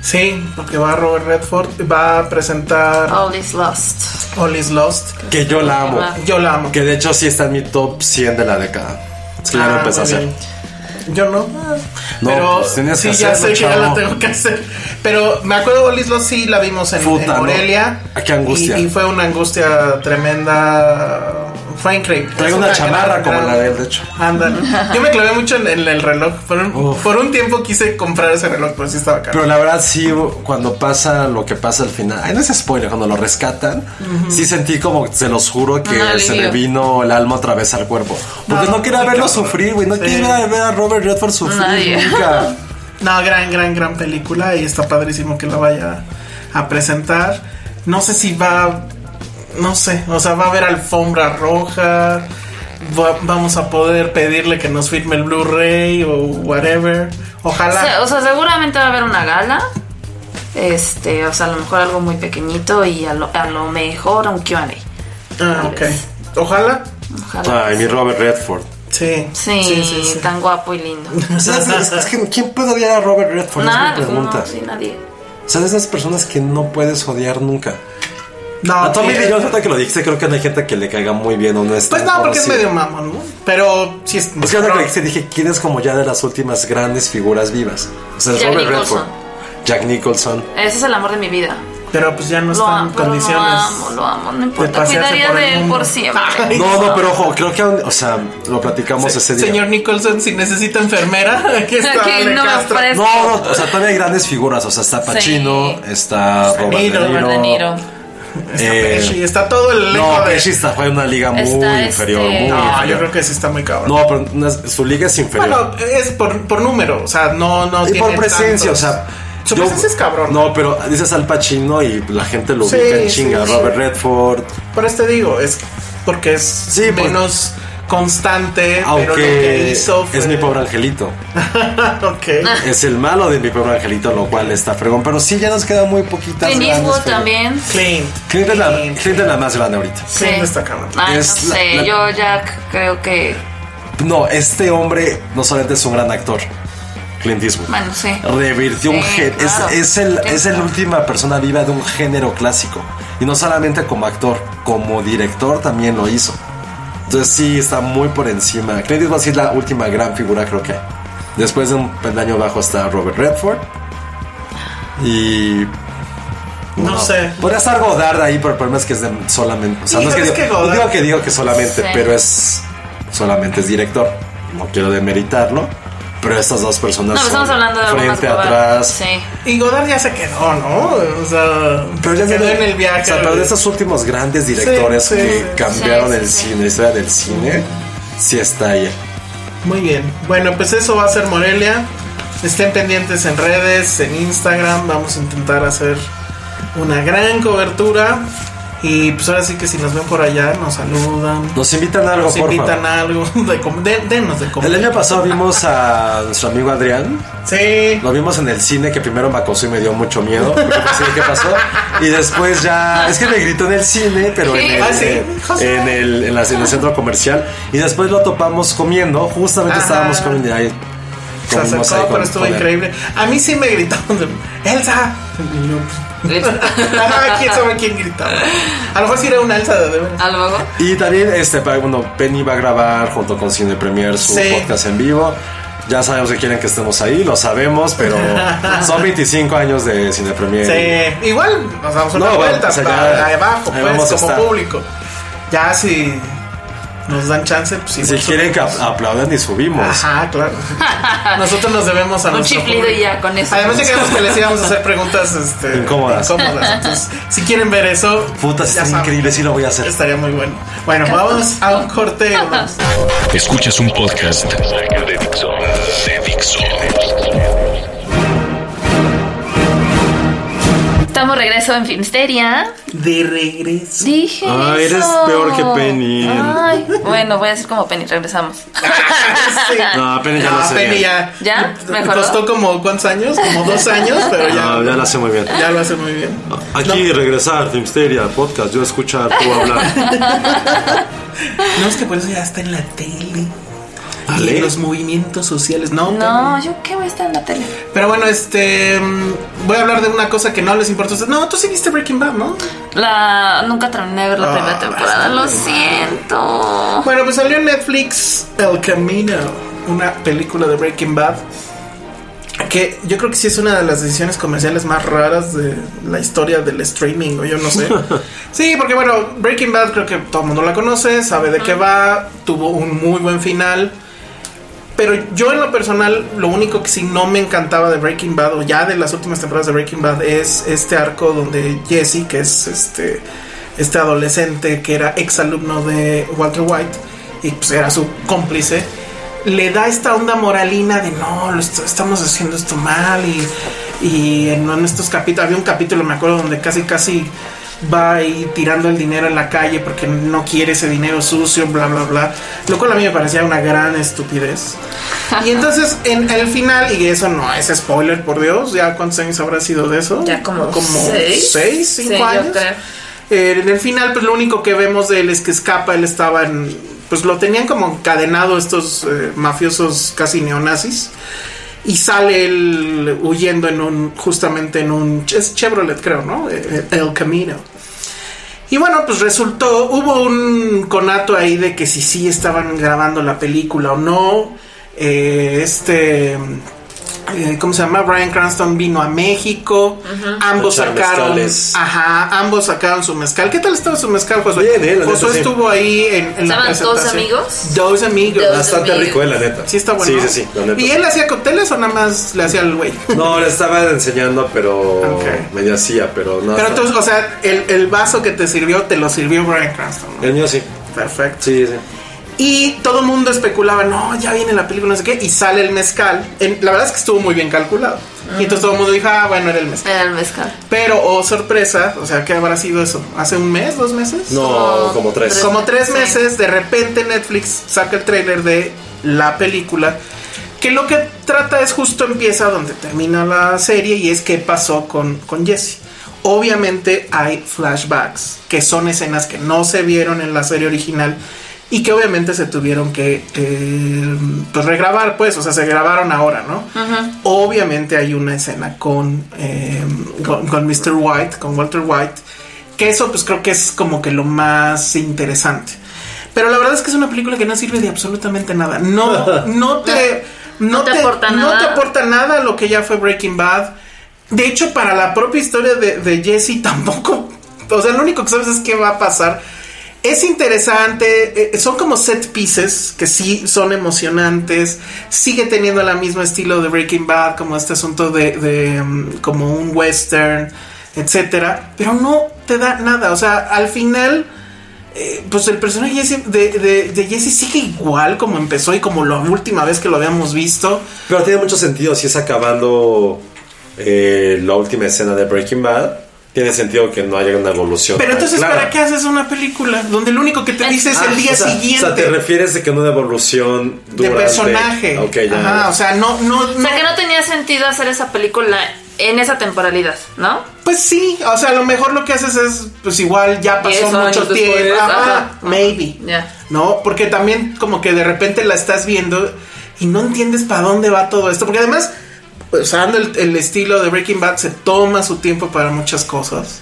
S3: Sí, porque va Robert Redford, va a presentar
S4: All is lost.
S3: All is Lost.
S2: Que yo la amo.
S3: Yo la amo.
S2: Que de hecho sí está en mi top 100 de la década. Es que ya lo
S3: Ah,
S2: empecé a
S3: muy
S2: hacer.
S3: bien. Yo no. ah,
S2: No,
S3: pero
S2: pues tenías
S3: sí,
S2: que
S3: ya
S2: hacerlo,
S3: sé que ya la
S2: chavo.
S3: tengo que hacer. Pero me acuerdo de All is Lost, sí la vimos en,
S2: Puta,
S3: en
S2: ¿no?
S3: Morelia.
S2: Ah, qué angustia.
S3: Y, y fue una angustia tremenda. Fue increíble. Es
S2: Traigo una chamarra
S3: gran,
S2: como
S3: gran-
S2: la de él, de hecho.
S3: Ándale. Yo me clavé mucho en, en el reloj. Por un,
S2: Uf.
S3: por un tiempo quise comprar ese reloj, pero sí estaba caro.
S2: Pero la verdad sí, cuando pasa lo que pasa al final, ay, no es spoiler, cuando lo rescatan, sí sentí como, se los juro, que
S4: Ajá,
S2: se le
S4: alivio.
S2: vino el alma otra vez al cuerpo. Porque no,
S3: No,
S2: quería
S3: muy
S2: verlo
S3: cabrón.
S2: sufrir, güey, no
S3: Sí.
S2: quería ver a Robert Redford sufrir
S4: Nadie.
S2: nunca.
S3: No, gran, gran, gran película y está padrísimo que la vaya a presentar. No sé si va, no sé, o sea, va a haber alfombra roja. va- vamos a poder pedirle que nos firme el Blu-ray o whatever.
S4: O
S3: Ojalá.
S4: sea, o sea, seguramente va a haber una gala. Este, o sea, a lo mejor algo muy pequeñito y a lo, a lo mejor un QA.
S3: ah, ok.
S4: pues.
S3: Ojalá.
S4: Ojalá.
S2: Ay, mi Robert Redford.
S3: Sí.
S4: Sí, tan guapo y lindo.
S2: O sea, es, es- es que ¿quién puede odiar a Robert Redford? es mi
S4: Nada, pues,
S2: pregunta.
S4: no, sí, nadie.
S2: O sea, de esas personas que no puedes odiar nunca.
S3: No,
S2: A Tommy
S3: sí,
S2: Lee
S3: eh,
S2: Jones, ahorita que lo dijiste, creo que no hay gente que le caiga muy bien. o No es
S3: Pues
S2: tan
S3: no, porque es
S2: conocido.
S3: medio mamón, ¿no? Pero sí es.
S2: Es que ahora que lo dijiste, dije, ¿quién es como ya de las últimas grandes figuras vivas? O sea, es
S4: Jack
S2: Robert
S4: Nicholson.
S2: Redford, Jack Nicholson.
S4: Ese es el amor de mi vida.
S3: Pero pues ya no
S4: Lo
S3: están
S4: amo,
S3: en
S4: pero lo
S3: condiciones.
S4: amo, lo amo. No importa,
S3: pasearse
S4: cuidaría
S3: por el
S4: de él
S3: mundo.
S4: por siempre.
S3: Ay,
S2: No, no, pero ojo, creo que, aún- o sea, lo platicamos ese día.
S3: Señor Nicholson, si necesita enfermera, aquí está.
S4: Aquí
S3: Ale
S4: no me
S3: Castro.
S4: aparece.
S2: No, no, o sea, todavía hay grandes figuras. O sea, está Pacino,
S4: Sí.
S2: está Robert
S3: Niro.
S2: De Niro.
S4: Robert De Niro.
S3: Está
S2: Eh,
S3: Pesci, está todo el elenco
S2: No,
S3: de.
S2: Pesci está, fue en una liga muy
S4: Está este-
S2: inferior. Muy
S4: No,
S3: No, yo
S2: inferior.
S3: creo que sí está muy cabrón.
S2: No, pero no es- su liga es inferior.
S3: Bueno, es por, por número, o sea, no, no.
S2: y por
S3: tiene
S2: presencia,
S3: tantos.
S2: o sea.
S3: Su
S2: yo-
S3: presencia es cabrón.
S2: No, pero dices Al Pacino y la gente lo
S3: Sí,
S2: ubica en
S3: sí,
S2: chinga.
S3: sí.
S2: Robert Redford.
S3: Por eso te digo, es porque es
S2: Sí, por-
S3: menos constante, pero lo que
S2: Aunque
S3: hizo fue.
S2: es mi pobre angelito.
S3: ok.
S2: Es el malo de mi pobre angelito, lo cual está fregón. Pero sí, ya nos quedan muy poquitas.
S4: Clint
S2: grandes
S4: Eastwood
S2: figuras.
S4: también.
S3: Clean.
S2: Clint es la,
S3: Clean.
S2: Clint es la más grande ahorita.
S4: Sí.
S3: Clean está cabrón.
S4: Ay, no
S2: Es la-
S4: sé,
S2: la-
S4: yo Jack creo que...
S2: No, este hombre no solamente es un gran actor, Clint Eastwood.
S4: Bueno, sí.
S2: Revirtió un
S4: Sí,
S2: género.
S4: claro.
S2: Es, es el, es la
S4: Claro.
S2: última persona viva de un género clásico. Y no solamente como actor, como director también lo hizo. Entonces sí, está muy por encima. Clint Eastwood sí es la última gran figura, creo que. Después de un peldaño bajo está Robert Redford. Y...
S3: No sé.
S2: Podría estar Godard ahí, pero el problema es que es de solamente... O sea, no es que,
S3: Híjole, es
S2: digo-
S3: que Godard-
S2: digo que digo que solamente,
S4: Sí.
S2: pero es solamente es director. No quiero demeritarlo, pero estas dos
S4: No,
S2: personas
S4: pero
S2: son
S4: estamos hablando de algo más
S2: frente
S4: global.
S2: atrás.
S4: Sí.
S3: Y Godard ya se quedó, ¿no? O sea,
S2: Pero ya
S3: se quedó
S2: de-
S3: en el viaje.
S2: O sea, pero de esos últimos grandes directores
S3: Sí, sí,
S2: que
S3: sí.
S2: cambiaron
S4: Sí, sí,
S2: el
S4: sí.
S2: cine, la historia del cine, sí está ahí.
S3: Muy bien. Bueno, pues eso va a ser Morelia. Estén pendientes en redes, en Instagram. Vamos a intentar hacer una gran cobertura. Y pues ahora sí que si nos ven por allá, nos saludan.
S2: Nos invitan a algo,
S3: Nos
S2: por
S3: invitan
S2: favor.
S3: a algo. De com- de- denos de comer.
S2: El año pasado vimos a nuestro amigo Adrián.
S3: Sí.
S2: Lo vimos en el cine que primero me acosó y me dio mucho miedo. porque no sé qué pasó. Y después ya. Es que me gritó en el cine, pero en el,
S3: Ah, sí.
S2: en el, en la- en el centro comercial. Y después lo topamos comiendo. Justamente
S3: Ajá.
S2: estábamos comiendo y ahí.
S3: Se
S2: comimos ahí
S3: acercó,
S2: con-
S3: pero estuvo
S2: con él.
S3: increíble. A mí sí me gritaron. Elsa. Y yo, pues, ajá, ¿Quién sabe quién gritaba? A lo mejor sí era una Elsa de de veras.
S4: ¿Algo? luego?
S2: Y también, este, para- bueno, Penny va a grabar junto con Cine Premier su
S3: Sí.
S2: podcast en vivo. Ya sabemos que quieren que estemos ahí, lo sabemos, pero son 25 años de Cine Premier.
S3: Sí, igual nos damos una
S2: No, bueno,
S3: vuelta
S2: o sea,
S3: hasta
S2: ya-
S3: abajo,
S2: ahí
S3: pues,
S2: vamos a
S3: como
S2: estar.
S3: público. Ya si nos dan chance, pues
S2: Si
S3: igual
S2: quieren que
S3: subimos.
S2: apl- aplaudan y subimos.
S3: Ajá, claro. Nosotros nos debemos a
S4: Un
S3: nuestro
S4: chiflido
S3: público.
S4: y ya, con eso.
S3: Además, ya quedamos que les íbamos a hacer preguntas este,
S2: Incómodas.
S3: incómodas. Entonces, si quieren ver eso,
S2: Putas,
S3: ya
S2: está
S3: saben,
S2: increíble, sí lo voy a hacer.
S3: Estaría muy bueno. Bueno, vamos a un corte. vamos.
S1: Escuchas un podcast de Dixo. De Dixo.
S4: Estamos regreso en Filmsteria.
S3: De regreso.
S4: Dije
S3: Ah,
S2: Ay, eres
S4: eso.
S2: peor que Penny.
S4: Ay, bueno, voy a decir como Penny, regresamos.
S3: Sí.
S2: No, apenas ya lo
S3: Ah,
S2: sé.
S3: Penny,
S2: bien.
S3: ya.
S4: ¿Ya? ¿Mejoró?
S3: Costó como cuántos años, como dos años, pero ya.
S2: No, ya lo hace muy bien.
S3: Ya lo hace muy bien.
S2: Aquí regresar, Filmsteria, podcast, yo escuchar, tú hablar.
S3: No, es que por eso ya está en la tele.
S2: Ale.
S3: Y en los movimientos sociales, no.
S4: No, yo qué voy a estar en la tele.
S3: Penny. Pero bueno, este. mm, Voy a hablar de una cosa que no les importa a ustedes. No, tú sí viste Breaking Bad, ¿no?
S4: La nunca terminé de ver la
S3: Ah,
S4: primera temporada. Lo siento.
S3: Bueno, pues salió en Netflix El Camino, una película de Breaking Bad. Que yo creo que sí es una de las decisiones comerciales más raras de la historia del streaming, o yo no sé. Sí, porque bueno, Breaking Bad creo que todo el mundo la conoce, sabe de qué va, tuvo un muy buen final. Pero yo en lo personal, lo único que sí no me encantaba de Breaking Bad, o ya de las últimas temporadas de Breaking Bad, es este arco donde Jesse, que es este, este adolescente que era ex alumno de Walter White, y pues era su cómplice, le da esta onda moralina de no, lo est- estamos haciendo esto mal, y, y en uno de estos capítulos, había un capítulo, me acuerdo, donde casi casi va ahí tirando el dinero en la calle porque no quiere ese dinero sucio, bla, bla, bla. Lo cual a mí me parecía una gran estupidez. Y entonces, en el final, y eso no es spoiler, por Dios, ¿ya cuántos años habrá sido de eso?
S4: Ya como
S3: seis,
S4: seis.
S3: cinco
S4: Sí, yo
S3: años.
S4: creo.
S3: Eh, en el final, pues lo único que vemos de él es que escapa, él estaba en... Pues lo tenían como encadenado estos eh, mafiosos casi neonazis. Y sale él huyendo en un, justamente en un, es Chevrolet creo, ¿no? Eh, El eh, Camino. Y bueno, pues resultó, hubo un conato ahí de que si sí estaban grabando la película o no. Eh, este, eh, ¿cómo se llama? Brian Cranston vino a México. Ambos
S2: A echar
S3: sacaron,
S2: mezcales.
S3: ajá, ambos sacaron su mezcal. ¿Qué tal estaba su mezcal, Josué?
S2: Bien, eh, la neta,
S3: Josué
S2: sí.
S3: estuvo ahí en, en la
S4: ¿Estaban dos
S3: presentación.
S4: amigos?
S3: Dos amigos.
S4: Dos
S2: Bastante
S4: amigos.
S2: rico, eh, la neta.
S3: Sí está bueno.
S2: Sí, sí, sí, la neta.
S3: ¿Y él hacía cócteles o nada más le hacía al güey?
S2: No, le estaba enseñando, pero
S3: Ok.
S2: medio hacía, pero no.
S3: Pero
S2: está-
S3: entonces, o sea, el, el vaso que te sirvió, te lo sirvió Brian Cranston. ¿no?
S2: El mío sí.
S3: Perfecto.
S2: Sí, sí.
S3: Y todo el mundo especulaba, no, ya viene la película, no sé qué, y sale el mezcal. En- la verdad es que estuvo muy bien calculado. Y entonces todo el mundo dijo, ah, bueno, era el mezcal.
S4: Era el mezcal.
S3: Pero, oh sorpresa, o sea, ¿qué habrá sido eso? ¿Hace un mes, dos meses?
S2: No, como tres.
S3: Como tres
S4: Sí.
S3: meses, de repente Netflix saca el tráiler de la película. Que lo que trata es justo empieza donde termina la serie y es qué pasó con, con Jesse. Obviamente hay flashbacks, que son escenas que no se vieron en la serie original y que obviamente se tuvieron que eh, pues regrabar, pues, o sea, se grabaron ahora, ¿no? Obviamente hay una escena con, eh, con, con Mr. White, con Walter White, que eso pues creo que es como que lo más interesante. Pero la verdad es que es una película que no sirve de absolutamente nada. No, no te, no,
S4: No te aporta
S3: no
S4: nada.
S3: te aporta nada lo que ya fue Breaking Bad. De hecho, para la propia historia de, de Jesse tampoco. O sea, lo único que sabes es qué va a pasar. Es interesante, eh, son como set pieces que sí son emocionantes, sigue teniendo el mismo estilo de Breaking Bad, como este asunto de, de, mm, como un western, etcétera, pero no te da nada, o sea, al final, eh, pues el personaje Jesse- de, de, de Jesse sigue igual como empezó y como la última vez que lo habíamos visto,
S2: Pero tiene mucho sentido si es acabando eh, la última escena de Breaking Bad. Tiene sentido que no haya una evolución.
S3: pero
S2: tan
S3: entonces
S2: clara.
S3: ¿para qué haces una película donde lo único que te
S4: Es-
S3: dice es
S2: Ah,
S3: el día
S2: o sea,
S3: siguiente?
S2: O sea, te refieres de que no una evolución
S3: de
S2: durante-
S3: personaje.
S2: Ok, ya.
S3: Ajá,
S2: ya.
S3: o sea, no, no,
S4: O sea que no tenía sentido hacer esa película en esa temporalidad, ¿no?
S3: Pues sí, o sea, a lo mejor lo que haces es, pues igual ya pasó
S4: Diez años
S3: mucho
S4: después,
S3: tiempo.
S4: ajá,
S3: Ajá,
S4: ajá.
S3: maybe.
S4: Ya.
S3: No, porque también como que de repente la estás viendo y no entiendes para dónde va todo esto. Porque además, pues, usando el, el estilo de Breaking Bad, se toma su tiempo para muchas cosas.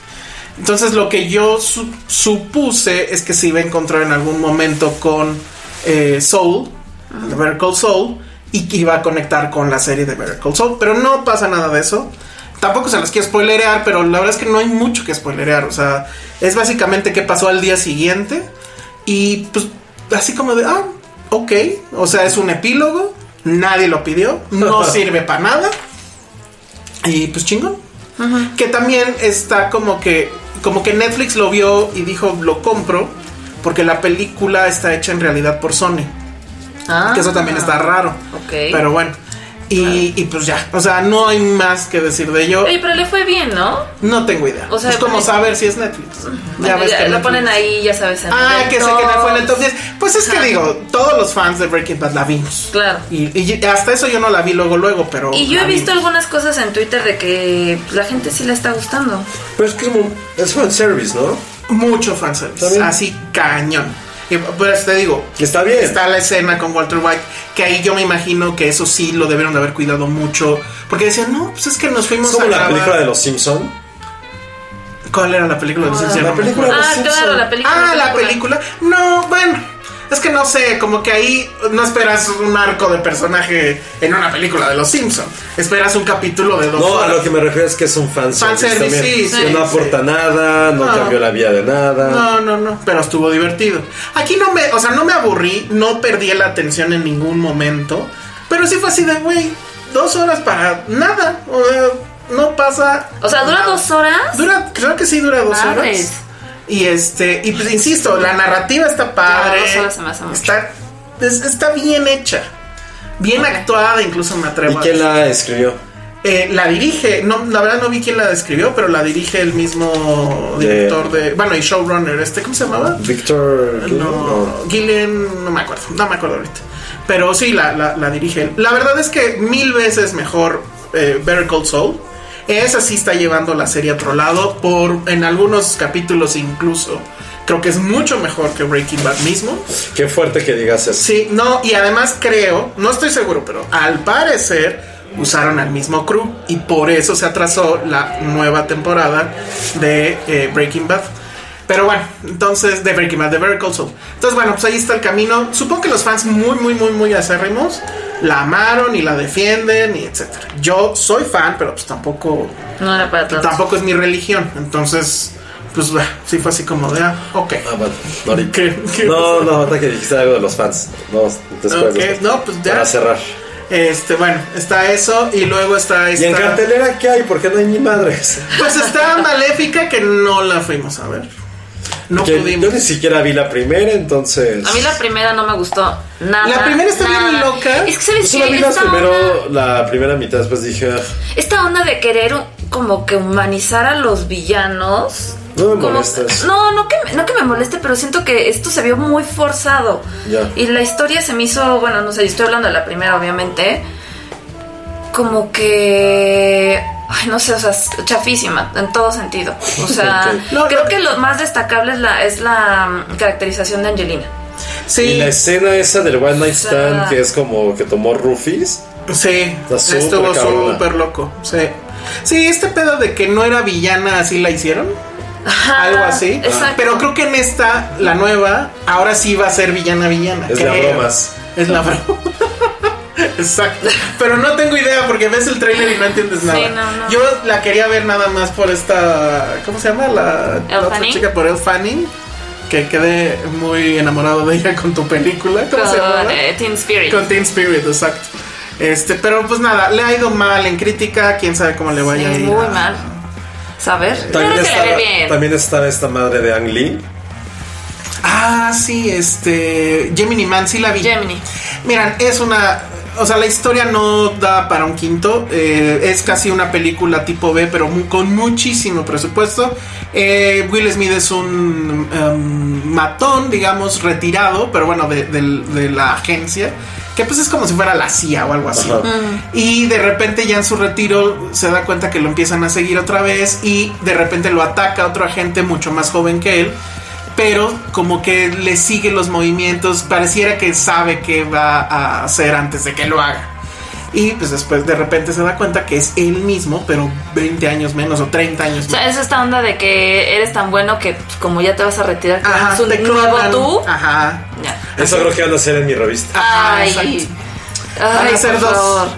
S3: Entonces lo que yo su- supuse es que se iba a encontrar en algún momento con eh, Soul, The Miracle Soul, y que iba a conectar con la serie de Miracle Soul, pero no pasa nada de eso. Tampoco se las quiero spoilerear, pero la verdad es que no hay mucho que spoilerear. O sea, es básicamente qué pasó al día siguiente. Y pues así como de, ah, ok. O sea, es un epílogo. Nadie lo pidió. No sirve para nada. Y pues chingón. Que también está como que. Como que Netflix lo vio y dijo, lo compro. Porque la película está hecha en realidad por Sony.
S4: Ah,
S3: Que eso también está raro.
S4: Ok.
S3: Pero bueno. Y, y pues ya. O sea, no hay más que decir de ello.
S4: Oye, pero le fue bien, ¿no?
S3: No tengo idea.
S4: O sea,
S3: es como
S4: pues-
S3: saber si es Netflix. ya
S4: Bueno,
S3: ves
S4: ya
S3: que
S4: lo
S3: Netflix-
S4: ponen ahí, ya sabes. en
S3: Ah,
S4: el
S3: que sé que no fue en el top
S4: top.
S3: 10. Pues es que
S4: Ajá.
S3: digo, todos los fans de Breaking Bad la vimos.
S4: Claro.
S3: Y, y hasta eso yo no la vi luego, luego, pero.
S4: Y yo
S3: la
S4: he visto
S3: vimos.
S4: algunas cosas en Twitter de que pues, la gente sí la está gustando.
S2: Pero es que es como. Es fan service, ¿no?
S3: mucho fanservice.
S2: Está bien.
S3: Así cañón. Y, pues te digo.
S2: Que está bien.
S3: Está la escena con Walter White. Que ahí yo me imagino que eso sí lo debieron de haber cuidado mucho. Porque decían, no, pues es que nos
S2: Es
S3: fuimos
S2: como
S3: a
S2: la
S3: grabar".
S2: película de los Simpsons.
S3: ¿Cuál era la película? de Ciencia
S2: la
S3: Romana?
S2: película de los
S4: Ah,
S2: Simpsons.
S4: claro, la película.
S3: Ah, la película. No, bueno. Es que no sé, como que ahí no esperas un arco de personaje en una película de Los Simpson. Esperas un capítulo de dos
S2: No, a
S3: horas.
S2: lo que me refiero es que es un fan service.
S3: Fanservice,
S2: también.
S3: sí,
S2: Que
S3: sí,
S2: no
S3: sí.
S2: aporta nada, no,
S3: No.
S2: cambió la vida de nada.
S3: No, no, no, pero estuvo divertido. Aquí no me, o sea, no me aburrí, no perdí la atención en ningún momento, pero sí fue así de, güey, dos horas para nada, o sea, no pasa.
S4: O sea, ¿dura
S3: nada.
S4: dos horas?
S3: Ah. Dura, creo que sí dura dos
S4: Madres.
S3: horas. Y este, y pues insisto, la narrativa está padre.
S4: Ya, dos horas se me hace mucho.
S3: Está, es- está bien hecha, bien
S4: Ok.
S3: actuada, incluso me atrevo.
S2: ¿Y
S3: a
S2: quién
S3: decir.
S2: la escribió?
S3: Eh, la dirige, no, la verdad no vi quién la describió, pero la dirige el mismo
S2: De-
S3: director de, bueno, y showrunner, este, ¿cómo se llamaba?
S2: Víctor.
S3: No, Gillen, no me acuerdo, no me acuerdo ahorita. Pero sí, la, la, la dirige él. La verdad es que mil veces mejor eh, Better Call Saul. Esa sí está llevando la serie a otro lado. Por, en algunos capítulos incluso. Creo que es mucho mejor que Breaking Bad mismo.
S2: Qué fuerte que digas eso.
S3: Sí, no, y además creo, no estoy seguro, pero al parecer usaron al mismo crew y por eso se atrasó la nueva temporada de eh, Breaking Bad. Pero bueno, entonces, de Breaking Bad, de Vertical Soul. Entonces, bueno, pues ahí está el camino. Supongo que los fans muy, muy, muy, muy acérrimos la amaron y la defienden y etcétera. Yo soy fan, pero pues tampoco,
S4: No era para todos.
S3: tampoco es mi religión. Entonces, pues bah, sí fue así como de, ah, ok.
S2: Ah, bueno, ahorita.
S3: ¿Qué? ¿Qué
S2: no,
S3: pasó?
S2: no, ahorita que dijiste algo de los fans. No, después.
S3: Ok,
S2: después.
S3: no, pues ya.
S2: Para cerrar.
S3: Este, bueno, está eso y luego está
S2: ¿Y
S3: esta.
S2: en cartelera qué hay? ¿Por qué no hay ni madres?
S3: Pues está Maléfica que no la fuimos a ver. No
S2: Que yo
S3: pudimos.
S2: ni siquiera vi la primera, entonces.
S4: A mí la primera no me gustó nada.
S3: La primera está bien
S4: nada.
S3: loca.
S4: Es que sabes
S2: Solo vi
S4: que
S2: las
S4: esta, onda-
S2: primero, la primera mitad, después dije. "Ah".
S4: esta onda de querer un- como que humanizar a los villanos.
S2: No me
S4: como-
S2: molestas.
S4: No, no que, me- no que me moleste, pero siento que esto se vio muy forzado.
S2: Ya.
S4: Y la historia se me hizo, bueno, no sé, yo estoy hablando de la primera, obviamente. Como que. Ay, no sé, o sea, es chafísima, en todo sentido. O sea,
S2: Ok.
S3: No,
S4: creo
S3: no.
S4: que lo más destacable es la, es la mm, caracterización de Angelina.
S2: Y
S3: Sí,
S2: la escena esa del One Night
S4: sea-
S2: Stand, que es como que tomó roofies.
S3: sí.
S2: Está súper
S3: Estuvo
S2: cabrona.
S3: súper loco. Sí. Sí, este pedo de que no era villana, así la hicieron. Algo así.
S4: Ah, exacto.
S3: Pero creo que en esta, la nueva, ahora sí va a ser villana villana.
S2: Es la
S3: creo.
S2: bromas.
S3: Es la broma. Exacto. Pero no tengo idea porque ves el trailer y no entiendes nada.
S4: no, no.
S3: Yo la quería ver nada más por esta. ¿Cómo se llama? La, la otra
S4: Fanning?
S3: chica por El Fanning. Que quedé muy enamorado de ella con tu película. ¿Cómo se
S4: Con,
S3: llama?
S4: eh, Teen Spirit.
S3: Con Teen Spirit, exacto. Este, pero pues nada, le ha ido mal en crítica, quién sabe cómo le vaya a
S4: Sí,
S3: ir.
S4: muy mal. ¿Sabes? Pero
S2: También
S4: que le ve
S2: estaba,
S4: bien.
S2: también estaba esta madre de Ang Lee.
S3: Ah, sí, este. Gemini Man, sí la vi.
S4: Gemini.
S3: Miran, es una. O sea, la historia no da para un quinto. eh, es casi una película tipo B, pero mu- con muchísimo presupuesto. Eh, Will Smith es un um, matón, digamos, retirado, pero bueno, de, del- de la agencia. Que pues es como si fuera la CIA o algo así.
S2: Ajá.
S4: Mm.
S3: Y de repente ya en su retiro se da cuenta que lo empiezan a seguir otra vez y de repente lo ataca otro agente mucho más joven que él, pero como que le sigue los movimientos, pareciera que sabe qué va a hacer antes de que lo haga. Y pues después de repente se da cuenta que es él mismo, pero 20 años menos o 30 años
S4: O
S3: menos.
S4: sea, es esta onda de que eres tan bueno que pues, como ya te vas a retirar con
S3: Ajá,
S4: un
S3: te
S4: nuevo
S3: clonan. Ah.
S4: tú.
S3: Ajá.
S4: Ya.
S2: Eso creo que van a hacer en mi revista.
S3: Ajá,
S4: Ay.
S3: exacto. Van
S4: Ay,
S3: a ser
S4: por
S3: dos.
S4: favor.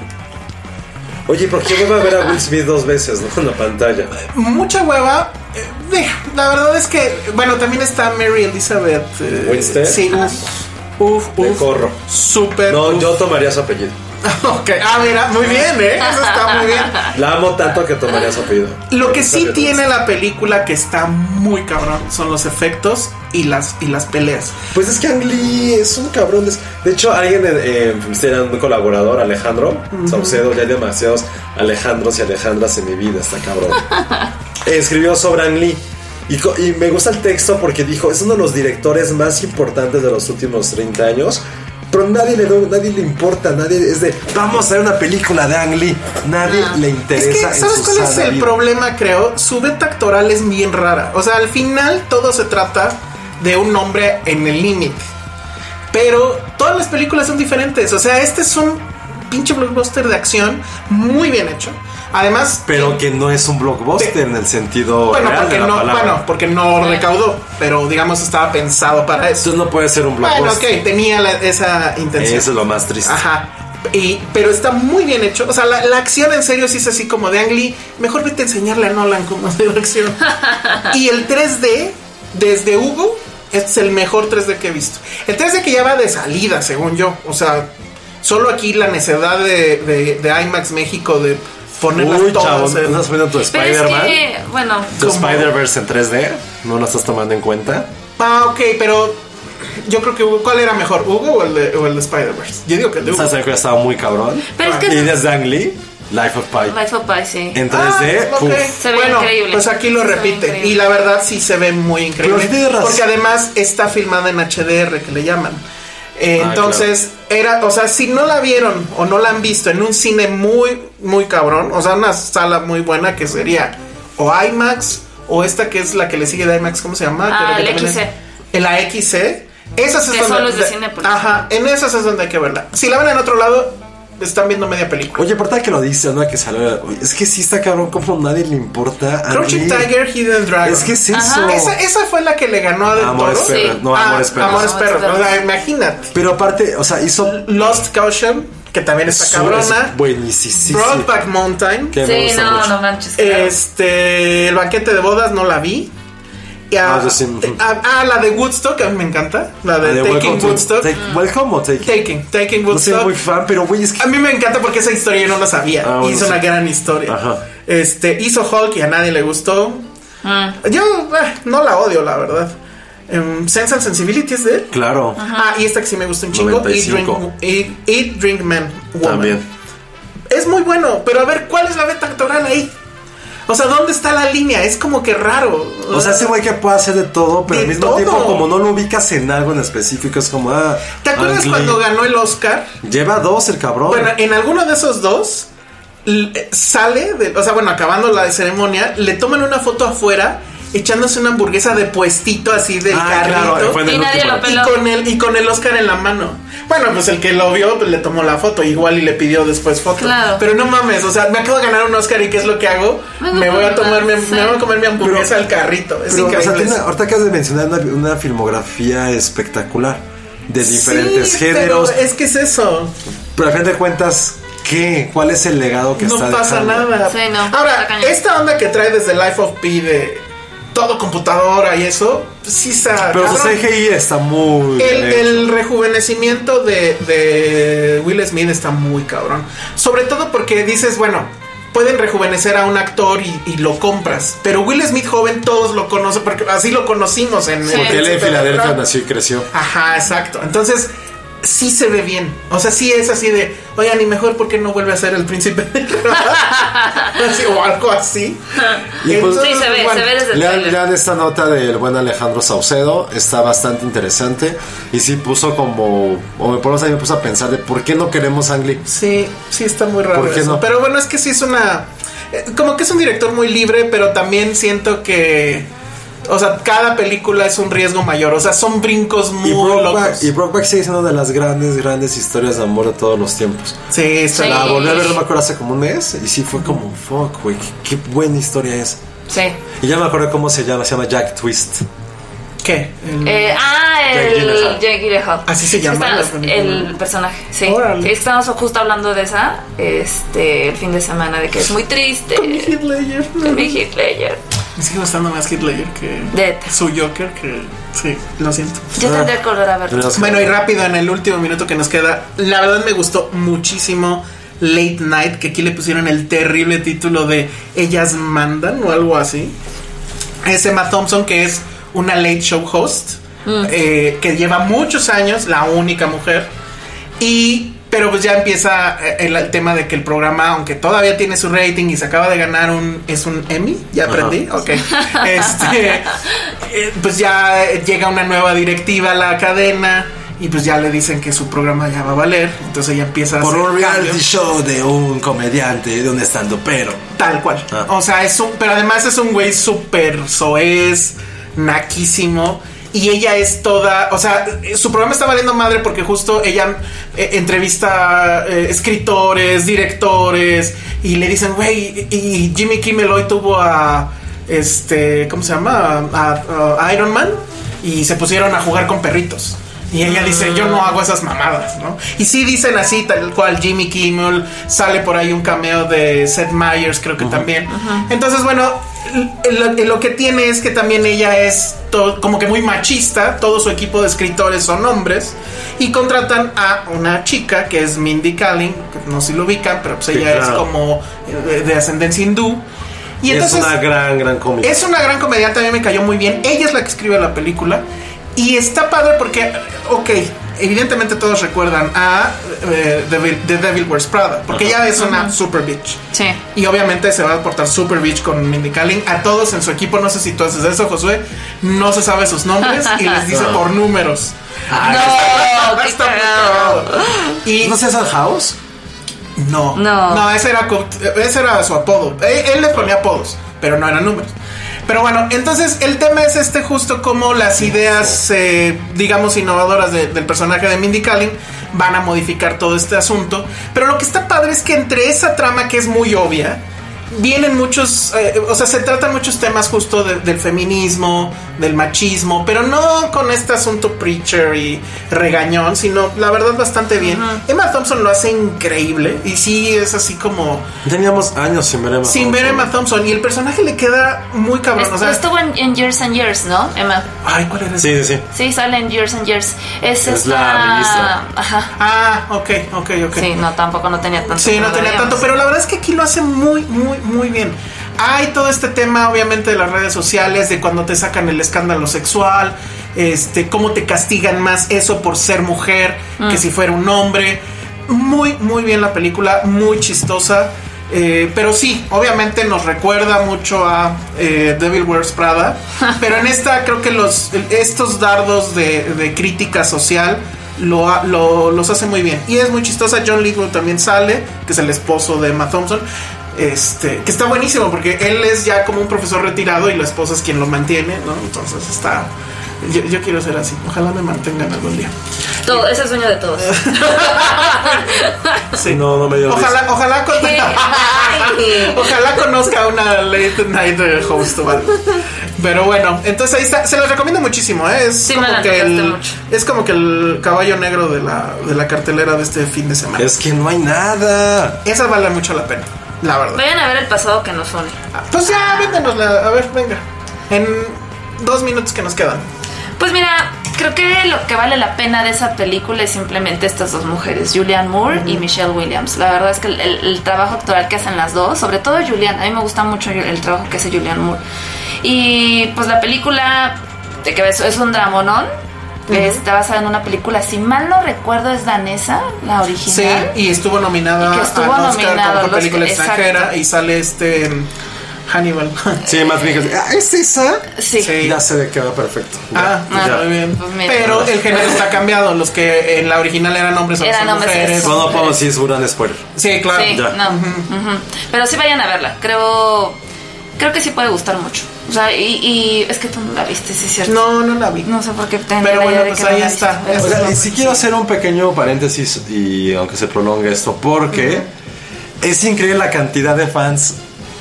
S2: Oye, ¿por qué va a ver a Will Smith dos veces, no? En la pantalla.
S3: Mucha hueva. eh, eh, La verdad es que, bueno, también está Mary Elizabeth. eh,
S2: Winstead.
S3: Sí, uf. Uf,
S2: De
S3: uf.
S2: corro.
S3: Súper.
S2: No,
S3: uf.
S2: yo tomaría su apellido.
S3: Ok, ah, mira, muy bien, ¿eh? Eso está muy bien.
S2: La amo tanto que tomaría su apellido.
S3: Lo que sí tiene la película que está muy cabrón son los efectos y las, y las peleas.
S2: Pues es que Ang Lee es un cabrón. es- De hecho, alguien en, en Filmsteria, un colaborador, Alejandro Saucedo, ya hay demasiados Alejandros y Alejandras en mi vida, está cabrón. Escribió sobre Ang Lee. Y, co- y me gusta el texto porque dijo, es uno de los directores más importantes de los últimos 30 años. Pero nadie le, do- nadie le importa, nadie es de, vamos a ver una película de Ang Lee. Nadie le
S3: Ah. Es
S2: interesa.
S3: que,
S2: en
S3: ¿sabes
S2: su
S3: cuál es
S2: sana
S3: el
S2: vida.
S3: problema, creo? Su beta actoral es bien rara. O sea, al final todo se trata de un hombre en el límite. Pero todas las películas son diferentes. O sea, este es un pinche blockbuster de acción muy bien hecho. Además,
S2: Pero que no es un blockbuster en el sentido
S3: bueno,
S2: real
S3: porque
S2: de la
S3: no,
S2: palabra.
S3: bueno, porque no recaudó, pero digamos estaba pensado para eso.
S2: Entonces no puede ser un
S3: Bueno,
S2: blockbuster.
S3: ok, tenía la- esa intención.
S2: Eso es lo más triste.
S3: Ajá. Y, pero está muy bien hecho. O sea, la, la acción en serio sí es así como de Ang Lee. Mejor vete a enseñarle a Nolan cómo hacer acción. y el 3D, desde Hugo, es el mejor 3D que he visto. El 3D que ya va de salida, según yo. O sea, solo aquí la necedad de, de, de IMAX México de ponerlas
S2: Uy, chavo,
S3: todas.
S2: ¿no
S3: en-
S2: estás viendo tu
S4: Pero es
S2: Spider-Man?
S4: que, bueno,
S2: Tu
S3: ¿Cómo?
S2: Spider-Verse en 3D, ¿no lo estás tomando en cuenta?
S3: Ah, ok, pero yo creo que Hugo, ¿cuál era mejor? ¿Hugo o el de, o el de Spider-Verse? Yo digo que el de Hugo.
S2: Esa película estaba muy cabrón.
S4: Pero es que-
S2: y desde Ang Lee, Life of Pi.
S4: Life of Pi, sí.
S2: En
S3: Ah,
S2: 3D,
S3: ok.
S2: puf.
S4: Se ve
S3: bueno,
S4: increíble.
S3: Pues aquí lo
S4: Se ve
S3: repite.
S4: increíble.
S3: Y la verdad sí se ve muy increíble.
S2: Pero sí Pues tienes razón.
S3: porque además está filmada en HDR, que le llaman. Eh,
S2: Ah,
S3: entonces, era, o sea, si no la vieron o no la han visto en un cine muy, muy cabrón, o sea, una sala muy buena que sería o IMAX o esta que es la que le sigue de IMAX, ¿cómo se llama?
S4: Ah,
S3: Creo que
S4: el
S3: también
S4: XC.
S3: es- La XC. Esas es
S4: Que
S3: donde,
S4: solo es de Cinépolis.
S3: Ajá, en esas es donde hay que verla. Si la ven en otro lado, están viendo media película.
S2: Oye, aparte de que lo dice, ¿no? Que salió. Oye, Es que sí está cabrón, como nadie le importa. a
S3: Crouching
S2: mí.
S3: Tiger, Hidden Dragon.
S2: Es que es eso.
S3: Esa, esa fue la que le ganó a Del
S2: Amores
S3: Toro.
S2: perros.
S4: Sí.
S2: No,
S3: Ah,
S2: amores perros.
S3: Amores Perros.
S4: Amores
S3: O sea, imagínate.
S2: Pero aparte, o sea, hizo.
S3: Lost Caution, que también está cabrona.
S2: Buenísimo.
S3: Broadback Mountain.
S2: Que me
S4: Sí,
S2: gusta
S4: no,
S2: mucho.
S4: no manches. claro.
S3: Este, el banquete de bodas no la vi. Y a-
S2: Ah, yo sí.
S3: a- ah, la de Woodstock, a mí me encanta.
S2: La
S3: La Ah, de,
S2: Ah, de
S3: Taking
S2: Welcome to-
S3: Woodstock.
S2: Take- Welcome o Take.
S3: Taking, Taking
S2: No soy
S3: Woodstock.
S2: muy fan, pero güey, es que.
S3: A mí me encanta porque esa historia yo no la sabía.
S2: Ah, bueno,
S3: hizo
S2: sí.
S3: una gran historia.
S2: Ajá.
S3: Este, hizo Hulk y a nadie le gustó. Yo eh, no la odio, la verdad. Em, Sense and Sensibility es de él.
S2: Claro.
S3: Ah, y esta que sí me gusta un chingo. Eat
S2: 95.
S3: Drink, Eat- Eat, Drink Man. Woman.
S2: También.
S3: Es muy bueno, pero a ver, ¿cuál es la beta actoral ahí? O sea, ¿dónde está la línea? Es como que raro.
S2: O sea, ese güey que puede hacer de todo, pero
S3: De
S2: al mismo
S3: todo.
S2: tiempo, como no lo ubicas en algo en específico, es como. Ah,
S3: ¿Te acuerdas
S2: Ang Lee.
S3: cuando ganó el Oscar?
S2: Lleva dos el cabrón.
S3: Bueno, en alguno de esos dos l- eh, sale, de- o sea, bueno, acabando la ceremonia, le toman una foto afuera echándose una hamburguesa de puestito así del
S2: Ah,
S3: carrito.
S2: claro, fue en el
S4: Y nadie
S2: último.
S4: lo
S3: y
S4: peló.
S3: con el y con el Oscar en la mano. Bueno, pues el que lo vio pues, le tomó la foto igual y le pidió después foto.
S4: Claro.
S3: Pero no mames, o sea, me acabo de ganar un Oscar y qué es lo que hago?
S4: Me
S3: Me,
S4: voy a
S3: voy a
S4: comer
S3: tomar mi,
S4: más,
S3: me voy
S4: sí.
S3: a comer mi hamburguesa
S2: Pero-
S3: al carrito. Es
S2: Pero, o sea,
S3: increíble.
S2: tiene- ahorita acabas de mencionar una, una filmografía espectacular de
S3: Sí,
S2: diferentes
S3: pero
S2: géneros. Pero,
S3: es que es eso.
S2: a fin de cuentas, ¿qué? ¿Cuál es el legado que
S3: no
S2: está
S3: pasa
S2: dejando?
S3: nada.
S4: Sí, no,
S3: Ahora,
S4: está cañón.
S3: esta onda que trae desde Life of Pi de todo computadora y eso, pues sí está.
S2: Pero su
S3: cabrón.
S2: CGI está muy.
S3: el,
S2: bien hecho.
S3: el rejuvenecimiento de, de Will Smith está muy cabrón. Sobre todo porque dices, bueno, pueden rejuvenecer a un actor y, y lo compras. Pero Will Smith joven todos lo conocen, porque así lo conocimos en...
S4: Porque
S2: Porque él en
S3: etcétera,
S2: Filadelfia
S3: ¿verdad?
S2: nació y creció.
S3: Ajá, exacto. Entonces, sí se ve bien. O sea, sí es así de, oigan, y mejor porque no vuelve a ser el príncipe del rap?" Así, o algo así.
S2: Y pues-
S4: Sí, se ve, se ve desde el
S2: Lean,
S4: trailer.
S2: lean esta nota del buen Alejandro Saucedo, está bastante interesante. Y sí puso como, o me, por lo menos a mí me puso a pensar de por qué no queremos Angli.
S3: Sí, sí está muy raro
S2: ¿Por qué
S3: eso.
S2: no?
S3: Pero bueno, es que sí es una... eh, Como que es un director muy libre, pero también siento que... O sea, cada película es un riesgo mayor. O sea, son brincos muy
S2: Y Brokeback,
S3: locos.
S2: y Brokeback sigue siendo una de las grandes, grandes historias de amor de todos los tiempos.
S3: Sí, está
S4: Sí.
S3: la-
S2: La volví a ver, no me acuerdo, hace como un mes. Y sí fue como, fuck, güey, qué, qué buena historia es.
S4: Sí.
S2: Y ya me acuerdo cómo se llama, se llama Jack Twist.
S3: ¿Qué? El-
S4: Eh, ah,
S2: Jake Gyllenhaal.
S4: el Jake Gyllenhaal.
S3: Mm. Así se llama la
S4: Está-
S3: película.
S4: el personaje, sí.
S3: Órale.
S4: Sí, Estábamos justo hablando de esa este, el fin de semana, de que es muy triste.
S3: Mi Heath Ledger.
S4: Mi Heath Ledger.
S3: Me sigue gustando más Heath Ledger que
S4: Neta.
S3: su Joker que sí, lo siento.
S4: Yo
S2: Ah.
S4: tendré que volver a verlo.
S3: Bueno, y rápido en el último minuto que nos queda, la verdad me gustó muchísimo Late Night, que aquí le pusieron el terrible título de Ellas mandan o algo así. Es Emma Thompson, que es una late show host, eh, que lleva muchos años, la única mujer. Y, pero pues ya empieza eh, el, el tema de que el programa, aunque todavía tiene su rating y se acaba de ganar un, es un Emmy, ya aprendí, ok. Este, eh, pues ya eh, llega una nueva directiva a la cadena y pues ya le dicen que su programa ya va a valer, entonces ella empieza a
S2: Por
S3: hacer
S2: un reality
S3: cambios.
S2: show de un comediante, de un estando pero.
S3: Tal cual.
S2: Ah.
S3: O sea, es un. Pero además es un güey súper soez, naquísimo. Y ella es toda. O sea, eh, su programa está valiendo madre porque justo ella eh, entrevista eh, escritores, directores. Y le dicen, güey, y, y Jimmy Kimmel hoy tuvo a. Este. ¿Cómo se llama? A- a- a Iron Man y se pusieron a jugar con perritos. Y ella dice, yo no hago esas mamadas, ¿no? Y sí dicen así, tal cual Jimmy Kimmel, sale por ahí un cameo de Seth Meyers, creo que también. Entonces, bueno, lo, lo que tiene es que también ella es to- como que muy machista, todo su equipo de escritores son hombres, y contratan a una chica que es Mindy Kaling, que no sé si lo ubican, pero pues
S2: Sí,
S3: ella es
S2: claro.
S3: como eh, de, de ascendencia hindú. Y entonces,
S2: es una gran, gran cómica.
S3: es una gran comediante, a mí me cayó muy bien. Ella es la que escribe la película. Y está padre porque, ok, evidentemente todos recuerdan a eh, The, Devil- The Devil Wears Prada, porque ella es una super bitch.
S4: Sí.
S3: Y obviamente se va a portar super bitch con Mindy Kaling. A todos en su equipo, no sé si tú haces eso, Josué, no se sabe sus nombres y les dice por números.
S4: No, qué
S3: Ah, Está muy
S4: cagado.
S3: cagado. Y
S2: Ah, ¿No seas al house?
S3: no.
S4: No.
S3: E, ese era, co- ese era su apodo. Él, él les ponía apodos, pero no eran números. Pero bueno, entonces el tema es este justo como las ideas, eh, digamos, innovadoras de- del personaje de Mindy Kaling van a modificar todo este asunto. Pero lo que está padre es que entre esa trama que es muy obvia, vienen muchos, eh, o sea, se tratan muchos temas justo de- del feminismo, del machismo, pero no con este asunto preacher y regañón, sino la verdad bastante bien. Emma Thompson lo hace increíble y sí es así como
S2: Teníamos años sin ver a Emma
S3: sin ver a Emma Thompson y el personaje le queda muy cabrón. O sea,
S4: Estuvo en, en Years and Years, ¿no? Emma.
S3: ay, ¿cuál era? ese?
S2: Sí, sí, sí.
S4: Sí, sale en Years and Years. Es,
S2: Es
S4: esta-
S2: la ministra.
S4: Ajá.
S3: Ah, ok, ok, ok.
S4: Sí, no, tampoco no tenía tanto.
S3: Sí,
S4: que
S3: no
S4: lo
S3: tenía
S4: veíamos.
S3: tanto, pero la verdad es que aquí lo hace muy, muy, muy bien. Hay todo este tema, obviamente, de las redes sociales, de cuando te sacan el escándalo sexual, este, cómo te castigan más eso por ser mujer
S4: Mm.
S3: que si fuera un hombre. Muy, muy bien la película, muy chistosa. Eh, pero sí, obviamente nos recuerda mucho a eh, Devil Wears Prada. pero en esta creo que los estos dardos de, de crítica social lo, ha- lo- los hace muy bien. Y es muy chistosa. John Lithgow también sale, que es el esposo de Emma Thompson. Este, que está buenísimo porque él es ya como un profesor retirado y la esposa es quien lo mantiene, ¿no? Entonces está. Yo, yo quiero ser así. Ojalá me mantengan algún día.
S4: Todo, es el sueño de todos.
S3: Sí.
S2: No, no me dio
S3: Ojalá, ojalá, con-
S4: Qué guay.
S3: ojalá conozca a una late night eh, host o algo. Pero bueno, entonces ahí está. Se los recomiendo muchísimo, ¿eh? Es,
S4: Sí, me
S3: como
S4: la
S3: que
S4: antojaste
S3: el,
S4: mucho.
S3: es como que el caballo negro de la, de la cartelera de este fin de semana.
S2: Es que no hay nada.
S3: Esa vale mucho la pena, la verdad.
S4: Vayan a ver el pasado que nos une.
S3: Pues ya, véndenosla. A ver, venga. En dos minutos que nos quedan.
S4: Pues mira, creo que lo que vale la pena de esa película es simplemente estas dos mujeres, Julianne Moore y Michelle Williams. La verdad es que el, el- el trabajo actoral que hacen las dos, sobre todo Julianne, a mí me gusta mucho el el trabajo que hace Julianne Moore. Y pues la película, de que ves, es un dramonón. que Está basada en una película, si mal no recuerdo, es danesa, la
S3: Sí,
S4: original.
S3: y estuvo nominada
S4: Y que estuvo
S3: al Oscar
S4: nominado
S3: como
S4: al
S3: mejor película
S4: Oscar,
S3: extranjera
S4: exacto.
S3: y sale este mm, Hannibal.
S2: Sí, más bien. Ah, ¿Es esa?
S4: Sí.
S3: Sí.
S2: Ya sé de qué va perfecto.
S3: Ah,
S2: Ya,
S4: Ah,
S2: ya.
S3: muy bien.
S4: Pues mira.
S3: Pero el género está cambiado. Los que en la original eran hombres ahora
S4: Eran
S3: son
S4: hombres,
S3: mujeres.
S4: eso.
S2: No, no puedo decir, es un gran spoiler.
S3: Sí, claro.
S4: Sí,
S2: ya.
S4: no. ujú. Pero sí vayan a verla. Creo creo que sí puede gustar mucho. O sea, y, y es que tú no la viste, sí es cierto.
S3: No, no la vi.
S4: No sé por qué tenía
S3: Pero
S4: la
S3: bueno,
S4: idea de
S3: pues
S4: que no
S3: ahí
S4: la
S3: está.
S4: viste, pero-
S3: Eso.
S2: Oigan, y sí quiero hacer un pequeño paréntesis y aunque se prolongue esto, porque es increíble la cantidad de fans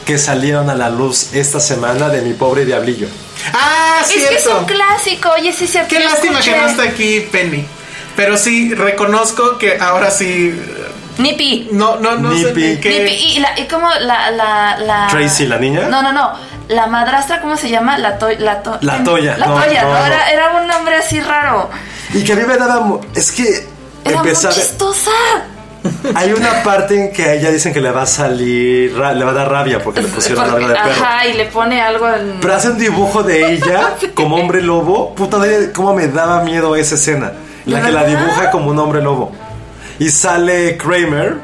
S2: que salieron a la luz esta semana de mi pobre diablillo.
S3: Ah,
S4: Es que es
S3: cierto.
S4: un clásico, oye, sí es cierto.
S3: Qué
S4: yo
S3: lástima que
S4: escuché.
S3: no está aquí Penny. Pero sí, reconozco que ahora sí.
S4: Nipi.
S3: No, no, no sé
S2: Nippy.
S3: ni qué.
S4: Nipi. Y, la, y como la, la, la-
S2: Tracy, ¿la niña?
S4: No, no, no. La madrastra, ¿cómo se llama? La, to- la, to-
S2: La Toya,
S4: La
S2: no,
S4: Toya,
S2: no,
S4: ¿no?
S2: no.
S4: Era, era un nombre así raro.
S2: Y que a mí me daba... mu- Es que
S4: Era
S2: empezaba...
S4: muy chistosa.
S2: Hay una parte en que a ella dicen que le va a salir... ra- Le va a dar rabia porque le pusieron
S4: Porque-
S2: rabia de perro.
S4: Ajá, y le pone algo en.
S2: Pero hace un dibujo de ella como hombre lobo. Puta madre, cómo me daba miedo esa escena. La que la dibuja como un hombre lobo. Y sale Kramer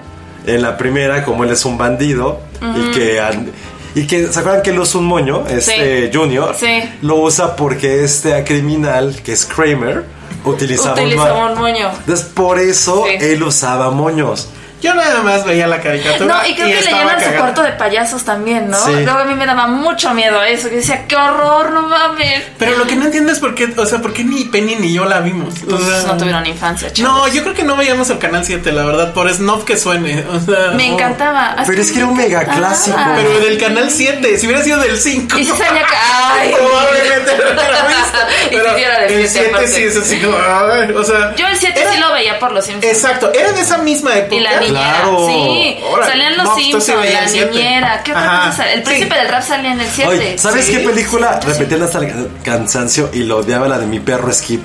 S2: en la primera, como él es un bandido. Y que. an- Y que, ¿se acuerdan que él usa un moño? Este Junior.
S4: Sí.
S2: Lo usa porque este criminal, que es Kramer, utilizaba
S4: Utiliza
S2: un
S4: un
S2: moño.
S4: moño.
S2: Entonces, por eso
S4: Sí.
S2: él usaba moños.
S3: Yo nada más veía la caricatura.
S4: No, y creo que le
S3: estaba
S4: llenan su
S3: cagada.
S4: cuarto de payasos también, ¿no?
S2: Sí.
S4: Luego a mí me daba mucho miedo eso, que decía, qué horror, no mames.
S3: Pero lo que no entiendo es por qué, o sea, por qué ni Penny ni yo la vimos. O
S4: Pues
S3: sea,
S4: no tuvieron infancia,
S3: No,
S4: chavos.
S3: yo creo que no veíamos el canal 7, la verdad, por snob que suene. o sea,
S4: Me
S3: no.
S4: encantaba. Ay,
S2: Pero es que era un
S4: me
S2: mega
S4: encantaba.
S2: clásico.
S3: Pero del canal 7, si hubiera sido del 5.
S4: Y si salía que. ¡Ay!
S3: Probablemente no hubiera visto.
S4: Y si era del
S3: el
S4: 7
S3: 7
S4: aparte.
S3: sí es así como. ay, o sea,
S4: Yo el 7
S3: era-
S4: sí lo veía por los Simpsons.
S3: Exacto, era de esa misma época.
S4: Y la niñera,
S2: Claro.
S4: sí.
S3: Órale.
S4: Salían
S3: No,
S4: los
S3: pues, entonces sí
S4: Simpsons,
S3: veía
S4: la
S3: el siete.
S4: niñera. ¿Qué otra
S3: Ajá.
S4: cosa salía? El
S3: Sí.
S4: príncipe del rap salía en el 7.
S2: Oye, ¿sabes
S3: Sí.
S2: qué película? Repetían hasta el cansancio y lo odiaba la de mi perro Skip.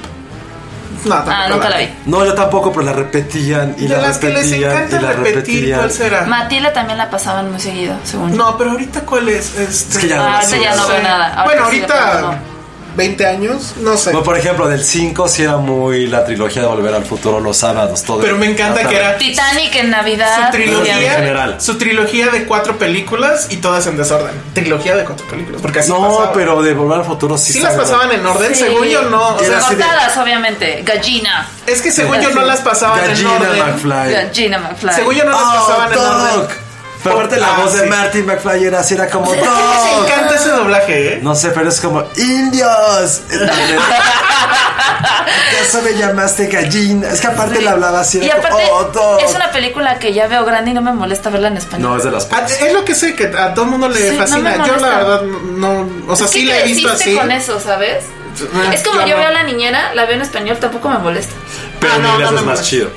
S3: No, tampoco
S4: Ah, nunca la vi.
S2: No, yo tampoco, pero la repetían y
S3: De
S2: la
S3: las que les
S2: repetían
S3: encanta
S2: y la
S3: repetir,
S2: repetían.
S3: ¿cuál será?
S4: Matilda también la pasaban muy seguido, según yo.
S3: No, pero ahorita, ¿cuál es? Este-
S2: Es que ya no
S4: Ah,
S2: la
S4: ahorita
S2: sé,
S4: ya no
S2: sé.
S4: veo nada. Ahorita
S3: bueno,
S4: sí,
S3: ahorita,
S4: pero no.
S3: 20 años, no sé.
S2: No, por ejemplo, del 5 sí era muy la trilogía de Volver al Futuro los sábados, todo.
S3: Pero me encanta que era
S4: Titanic en Navidad.
S3: su trilogía,
S2: en general.
S3: Eh, su trilogía de cuatro películas y todas en desorden. Trilogía de cuatro películas, porque así
S2: No,
S3: pasaba.
S2: pero de Volver al Futuro sí
S3: sí las
S2: sabe-
S3: pasaban en orden, según yo no. o
S4: Sí.
S3: sea, así de-
S4: Cortadas, obviamente. Gallina.
S3: es que según yo no las pasaban en
S2: Gallina
S3: orden.
S2: McFly.
S4: Gallina McFly.
S3: Según yo no las
S2: Oh,
S3: pasaban en
S2: Doc.
S3: orden.
S2: Pero aparte la
S3: Ah,
S2: voz de
S3: sí.
S2: Martin McFly era así, era como
S3: Me
S2: ¡No!
S3: encanta ese doblaje, ¿eh?
S2: No sé, pero es como ¡Indios! ¿Acaso me llamaste gallina? Es que aparte le hablaba así,
S4: Y
S2: era como
S4: aparte,
S2: ¡Oh, dog".
S4: es una película que ya veo grande y no me molesta verla en español.
S2: No, es de las
S3: Ah,
S2: pocas.
S3: Es lo que sé, que a todo el mundo le
S4: Sí, no
S3: fascina.
S4: me
S3: Yo la
S4: molesta.
S3: verdad no... O sea,
S4: Es que
S3: sí la he visto
S4: creciste
S3: así.
S4: con eso, ¿sabes?
S3: Ah,
S4: Es como
S3: yo
S4: yo
S3: no.
S4: veo a la niñera, la veo en español, tampoco me molesta.
S2: Pero
S3: Ah,
S2: en
S3: no,
S2: inglés
S3: no,
S2: es
S3: no,
S2: más
S3: no.
S2: chido.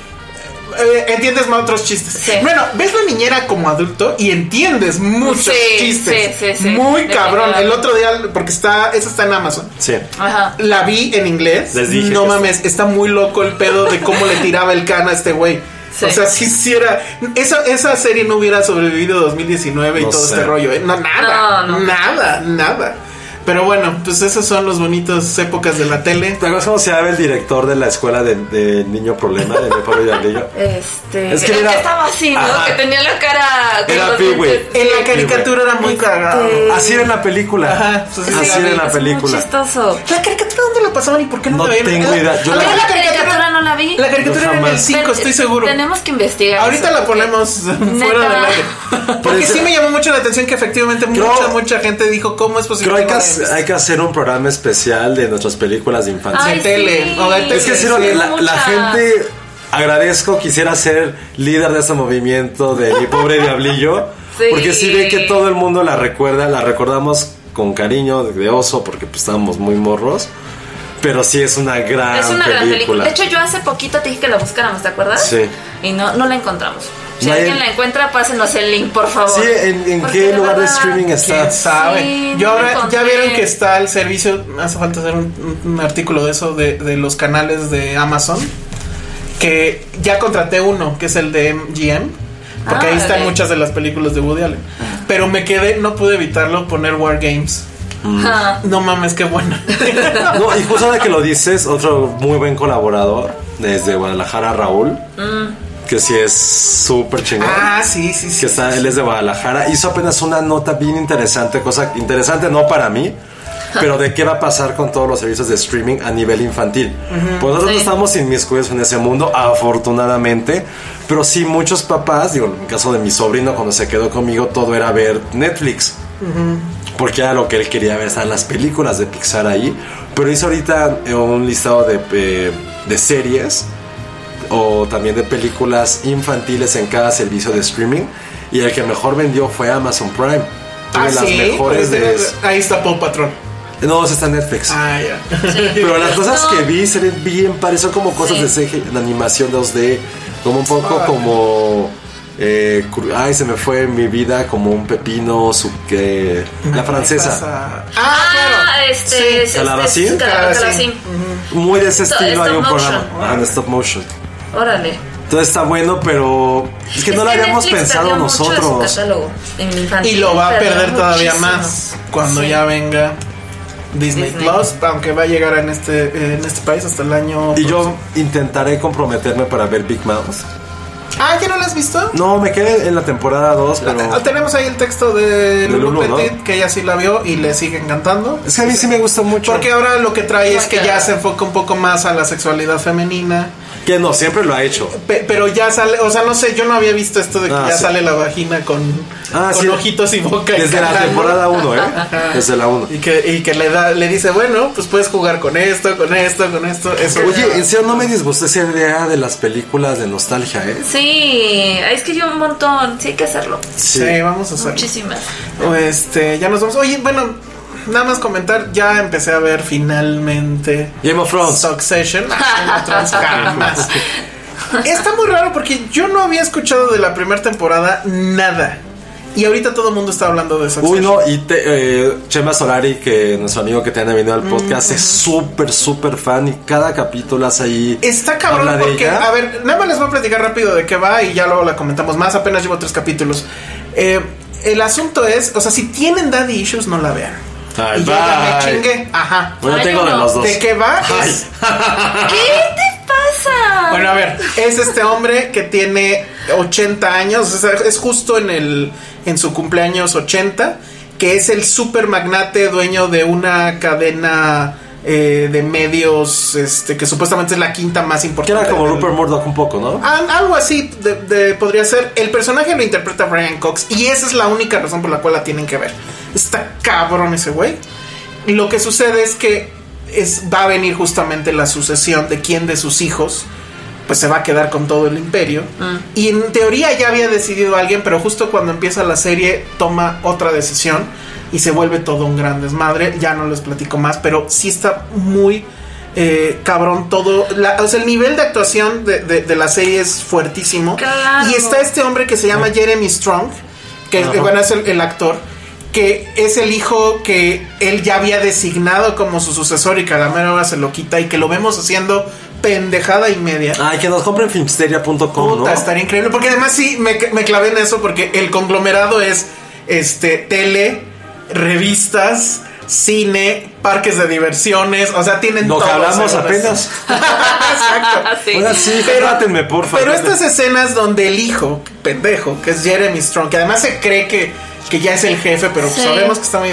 S3: Eh, entiendes más otros chistes.
S4: Sí.
S3: Bueno, ves la niñera como adulto y entiendes muchos
S4: Sí,
S3: chistes.
S4: sí, sí, sí.
S3: Muy cabrón.
S4: Definitivamente.
S3: El otro día, porque está, esa está en Amazon.
S2: Sí.
S4: Ajá.
S3: La vi en inglés.
S2: Les dije
S3: No
S2: que
S3: mames, está muy loco el pedo de cómo le tiraba el cana a este güey.
S4: Sí.
S3: O sea, si hiciera. Esa, esa serie no hubiera sobrevivido 2019
S2: No
S3: y todo
S2: sé.
S3: este rollo. ¿eh? No, nada.
S4: No, no.
S3: Nada, nada. Pero bueno, pues esas son las bonitas épocas de la tele.
S2: ¿Te acuerdas cómo se llama el director de la escuela de, de Niño Problema, de Mi Pobre Diablillo?
S4: Este.
S2: Es que
S4: el
S2: era-
S4: estaba así, ¿no?
S2: Ajá.
S4: Que tenía la cara. con
S2: Era
S4: los
S2: Pee Wee.
S4: dientes.
S3: En la caricatura era muy cagado.
S4: Este,
S2: Así era en la película.
S3: Este, Ajá, sí, sí,
S2: así
S3: la
S2: era
S3: vi,
S2: en la
S4: Es muy
S2: película.
S4: chistoso.
S3: ¿La caricatura dónde la pasaban y por qué no,
S2: No
S3: la veían? Ah,
S2: tengo idea. Yo
S4: Yo
S2: la-
S4: la caricatura no la vi.
S3: La caricatura
S2: Yo
S3: era en el
S2: jamás.
S3: 5,
S4: Pero,
S3: estoy
S4: eh,
S3: seguro.
S4: Tenemos que investigar.
S3: Ahorita
S4: eso,
S3: la
S4: porque-
S3: ponemos fuera
S4: Neta.
S3: del aire. Porque sí me llamó mucho la atención que efectivamente
S2: Pues, Creo-
S3: mucha, mucha gente dijo cómo es posible.
S2: Creo que hay que,
S3: no
S2: hacer-
S3: la hayas
S2: hay que hacer un programa especial de nuestras películas de
S4: Ay,
S2: infancia.
S3: de tele,
S4: sí.
S3: o de tele.
S2: Es que
S3: sí,
S2: sí, la-
S3: sí,
S2: la, la
S4: muchas.
S2: gente agradezco quisiera ser líder de ese movimiento de mi pobre diablillo.
S4: Sí.
S2: Porque sí ve que todo el mundo la recuerda, la recordamos con cariño de oso porque pues, estábamos muy morros. Pero sí es una gran
S4: Es una gran
S2: película.
S4: película. De hecho, yo hace poquito te dije que la buscáramos, ¿te acuerdas?
S2: Sí.
S4: Y no, no la encontramos. Si
S2: No hay-
S4: alguien la encuentra, pásenos el link, por favor.
S2: sí, ¿en, en
S4: Porque
S2: qué lugar de
S4: verdad,
S2: streaming está?
S3: ¿Quién sabe?
S4: Sí,
S3: Ah, Yo
S4: no la
S3: ahora ya
S4: encontré.
S3: vieron que está el servicio. Hace falta hacer un, un- un artículo de eso de, de los canales de Amazon. Que ya contraté uno, que es el de MGM. Porque
S4: Ah,
S3: ahí están
S4: órale.
S3: muchas de las películas de Woody Allen. Pero me quedé, no pude evitarlo poner War Games.
S2: Mm.
S4: Ajá.
S3: No mames, qué bueno.
S2: No, y justo ahora que lo dices, otro muy buen colaborador desde Guadalajara, Raúl.
S4: Mm.
S2: Que sí es súper chingón.
S3: ah, sí, sí, sí.
S2: que está, él es de Guadalajara, hizo apenas una nota bien interesante, cosa interesante no para mí, pero de qué va a pasar con todos los servicios de streaming a nivel infantil. Pues nosotros no estamos inmiscuidos en ese mundo, afortunadamente, pero sí muchos papás, digo, en el caso de mi sobrino, cuando se quedó conmigo, todo era ver Netflix. Porque era lo que él quería ver, estaban las películas de Pixar ahí. Pero hizo ahorita eh, un listado de, eh, de series o también de películas infantiles en cada servicio de streaming. Y el que mejor vendió fue Amazon Prime. Una
S3: Ah,
S2: de las
S3: sí,
S2: mejores
S3: porque
S2: de.
S3: tiene- Ahí está Paw Patrón.
S2: No, esa está en Netflix.
S3: Ah, ya.
S2: Pero las cosas
S4: No.
S2: que vi se ven bien, parecen como cosas
S4: Sí.
S2: de CG, de animación 2D, como un poco
S3: Ah.
S2: como. eh, cru- ay, se me fue mi vida como un pepino, su, que, la francesa.
S3: Ah,
S4: Ah,
S3: claro.
S4: este.
S3: Sí.
S4: este,
S2: Calabacín.
S4: este, Calab-
S3: Calabacín.
S4: Calabacín.
S2: Muy de ese
S4: Stop-
S2: estilo hay
S4: stop
S2: un
S4: motion.
S2: programa. Ah, en stop motion.
S4: Órale.
S2: Entonces está bueno, pero es que no lo habíamos
S4: Netflix
S2: pensado
S4: perdió mucho de su
S2: nosotros.
S4: catálogo en infantil,
S3: Y lo va a
S4: perdió
S3: perder todavía
S4: muchísimo.
S3: más cuando
S4: Sí.
S3: ya venga Disney,
S4: Disney.
S3: Plus, aunque va a llegar en este en este país hasta el año.
S2: Y yo intentaré comprometerme para ver Big Mouth.
S3: Ah, ¿ya no lo has visto?
S2: No, me quedé en la temporada 2, pero...
S3: Ah, Tenemos ahí el texto de Lulu
S2: Lulu, ¿no?
S3: Petit, que ella sí la vio y le sigue encantando.
S2: Es que a mí sí me gusta mucho.
S3: Porque ahora lo que trae es que
S4: Porque-
S3: ya se enfoca un poco más a la sexualidad femenina.
S2: Que no, siempre lo ha hecho.
S3: Pe- pero ya sale, o sea, no sé, yo no había visto esto de que
S2: Ah,
S3: ya
S2: sí.
S3: sale la vagina con,
S2: Ah,
S3: con
S2: sí.
S3: ojitos y boca. y
S2: Desde la
S3: cara, ¿no?
S2: temporada 1, ¿eh? Desde la 1.
S3: Y que, y que le da, le dice, bueno, pues puedes jugar con esto, con esto, con esto, eso.
S2: Oye, en serio no me disgustó esa idea de las películas de nostalgia, ¿eh?
S4: Sí, es que yo un montón. Sí, hay que hacerlo.
S3: sí, vamos a hacer.
S4: Muchísimas.
S3: O Este, ya nos vamos. Oye, bueno, nada más comentar, ya empecé a ver finalmente
S2: Game of Thrones.
S3: Succession. Game of Thrones, jamás. Está muy raro porque yo no había escuchado de la primera temporada nada. Y ahorita todo el mundo está hablando de Succession.
S2: Uy, no, y te- eh, Chema Solari, que nuestro amigo que te han venido al podcast, es súper, súper fan y cada capítulo hace ahí.
S3: Está cabrón
S2: habla de
S3: porque,
S2: ella.
S3: a ver, nada más les voy a platicar rápido de qué va y ya luego la comentamos más. Apenas llevo tres capítulos. Eh, el asunto es, o sea, si tienen daddy issues, no la vean.
S2: Ay,
S3: y yo ya me
S2: bye.
S3: chingué. Ajá.
S2: Bueno,
S4: Ay,
S2: tengo de
S4: no.
S2: los dos.
S3: ¿De qué va? Es-
S4: ¿Qué te pasa?
S3: bueno, a ver, es este hombre que tiene 80 años, o sea, es justo en el en su cumpleaños 80, que es el super magnate dueño de una cadena eh, de medios este, que supuestamente es la quinta más
S2: Que
S3: importante.
S2: era como
S3: del-
S2: Rupert Murdoch un poco, ¿no?
S3: Al- algo así de- de- podría ser. El personaje lo interpreta Brian Cox y esa es la única razón por la cual la tienen que ver. Está cabrón ese güey. Lo que sucede es que es, va a venir justamente la sucesión de quién de sus hijos pues se va a quedar con todo el imperio. Y en teoría ya había decidido alguien, pero justo cuando empieza la serie toma otra decisión y se vuelve todo un gran desmadre. Ya no les platico más, pero sí está muy eh, cabrón todo. La- o sea, el nivel de actuación de, de- de la serie es fuertísimo.
S4: Claro.
S3: Y está este hombre que se llama Jeremy Strong, que
S2: Ajá.
S3: bueno, es el, el actor. Que es el hijo que él ya había designado como su sucesor y que a la mera hora se lo quita y que lo vemos haciendo pendejada y media.
S2: Ay, que nos compren filmsteria.com, ¿no?
S3: Ah. Puta, estaría increíble. Porque además sí, me, me clavé en eso porque el conglomerado es este tele, revistas, cine, parques de diversiones. O sea, tienen
S2: Lo que
S3: todo,
S2: hablamos
S3: señores.
S2: apenas.
S3: Exacto.
S4: Ah, Sí.
S2: Ahora sí,
S3: Pero-
S2: trátenme, por favor.
S3: Pero este estas escenas donde el hijo, pendejo, que es Jeremy Strong, que además se cree que, que ya es el jefe, pero
S4: Sí.
S3: sabemos que está muy...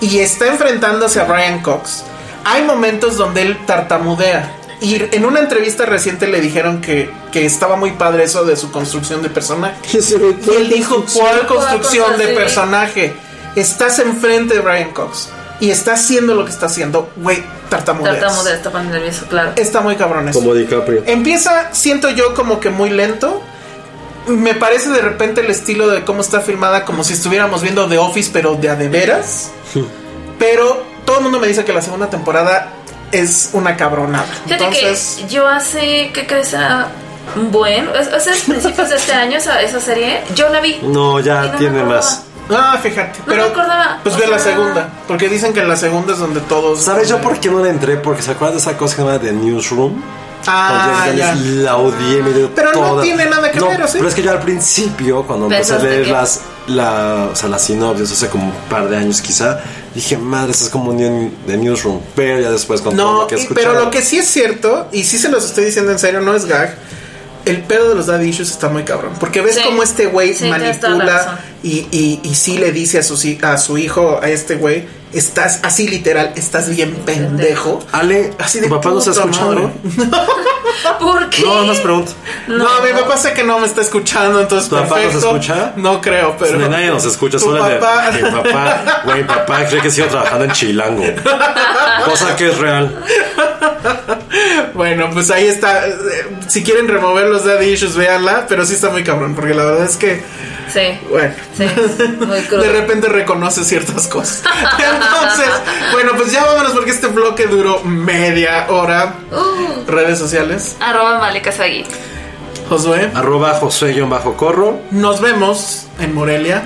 S3: Y está enfrentándose a Brian Cox. Hay momentos donde él tartamudea. Y en una entrevista reciente le dijeron que, que estaba muy padre eso de su construcción de personaje. Y él dijo, ¿cuál construcción de
S4: así?
S3: personaje? Estás enfrente de Brian Cox. Y está haciendo lo que está haciendo. Güey, tartamudeas.
S4: Tratamos de estar nervioso, claro.
S3: Está muy cabrón eso.
S5: Como DiCaprio.
S3: Empieza, siento yo, como que muy lento. Me parece de repente el estilo de cómo está filmada, como si estuviéramos viendo The Office, pero de a de veras. Pero todo el mundo me dice que la segunda temporada es una cabronada.
S4: Fíjate
S3: Entonces,
S4: que yo hace, ¿qué crees? Ah, Un buen, o sea, es principios de este año esa, esa serie, yo la vi.
S2: No,
S4: Y
S2: ya
S4: no me
S2: tiene
S4: acordaba.
S2: más.
S3: ah, fíjate. Pero,
S4: me acordaba.
S3: pues
S4: O
S3: ve la
S4: sea-
S3: segunda, porque dicen que la segunda es donde todos.
S2: Pues, ¿Sabes yo por qué no le entré? Porque se acuerdan de esa cosa que se llama The Newsroom. Con
S3: Ah,
S2: Jessica
S3: ya.
S2: Lange, La odié, me dio
S3: Pero no
S2: toda-
S3: tiene nada que
S2: No,
S3: ver, ¿o sí?
S2: Pero es que yo al principio, cuando empecé a
S4: Pensaste
S2: leer
S4: que-
S2: las, la, o sea, las sinopsis hace como un par de años quizá, dije, madre, esto es como un new- The Newsroom. Pero ya después, con todo
S3: No,
S2: lo que
S3: y-
S2: escuché.
S3: pero lo que sí es cierto, y sí se los estoy diciendo en serio, no es gag. El pedo de los daddy issues está muy cabrón. Porque ves
S4: Sí.
S3: cómo este güey
S4: Sí, tienes toda la razón.
S3: manipula y, y, y sí le dice a su, hi- a su hijo, a este güey, estás así literal, estás bien pendejo.
S2: Ale,
S3: Así
S2: así
S3: de
S2: de ¿tu papá nos ha
S3: puta
S2: escuchado?
S3: madre.
S4: Ah, ¿Por qué?
S2: No, no es pregunta.
S3: No, a mí me pasa que no me está escuchando, entonces
S2: ¿Tu papá
S3: perfecto.
S2: nos escucha? Pues
S3: No creo, pero.
S2: Nadie nos escucha,
S3: tu
S2: solo de-
S3: papá-
S2: mi papá, güey, mi papá cree que sigo trabajando en Chilango. Cosa que es real.
S3: Bueno, pues ahí está. Eh, Si quieren remover los daddy issues, véanla, pero sí está muy cabrón, porque la verdad es que,
S4: Sí,
S3: bueno.
S4: sí, muy crudo.
S3: De repente reconoce ciertas cosas. Entonces, bueno, pues ya vámonos porque este bloque duró media hora.
S4: Uh,
S3: Redes sociales.
S4: arroba Malika Sagui.
S3: Josué,
S2: Arroba José-Corro.
S3: nos vemos en Morelia.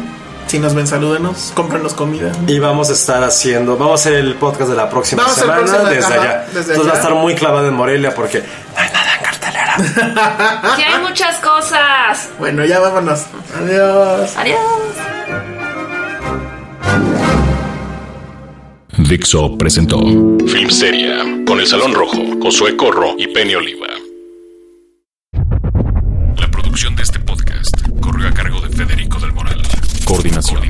S3: Si nos ven, salúdenos, cómprenos comida.
S2: Y vamos a estar haciendo, vamos a hacer el podcast de la próxima
S3: Vamos a
S2: semana
S3: hacer el próximo-
S2: desde
S3: ajá,
S2: allá.
S3: desde
S2: Entonces
S3: allá.
S2: va a estar muy clavado en Morelia porque no hay nada en cartelera.
S4: Sí, hay muchas cosas.
S3: Bueno, ya vámonos. Adiós.
S4: Adiós.
S1: Dixo presentó Filmsteria con El Salón Rojo, Josué Corro y Penny Oliva. La producción de este podcast corrió a cargo de Federico del Moral. Coordinación.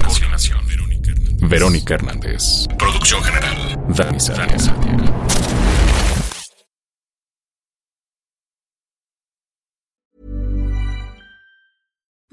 S1: Verónica Hernández. Producción general. Dani Sadia.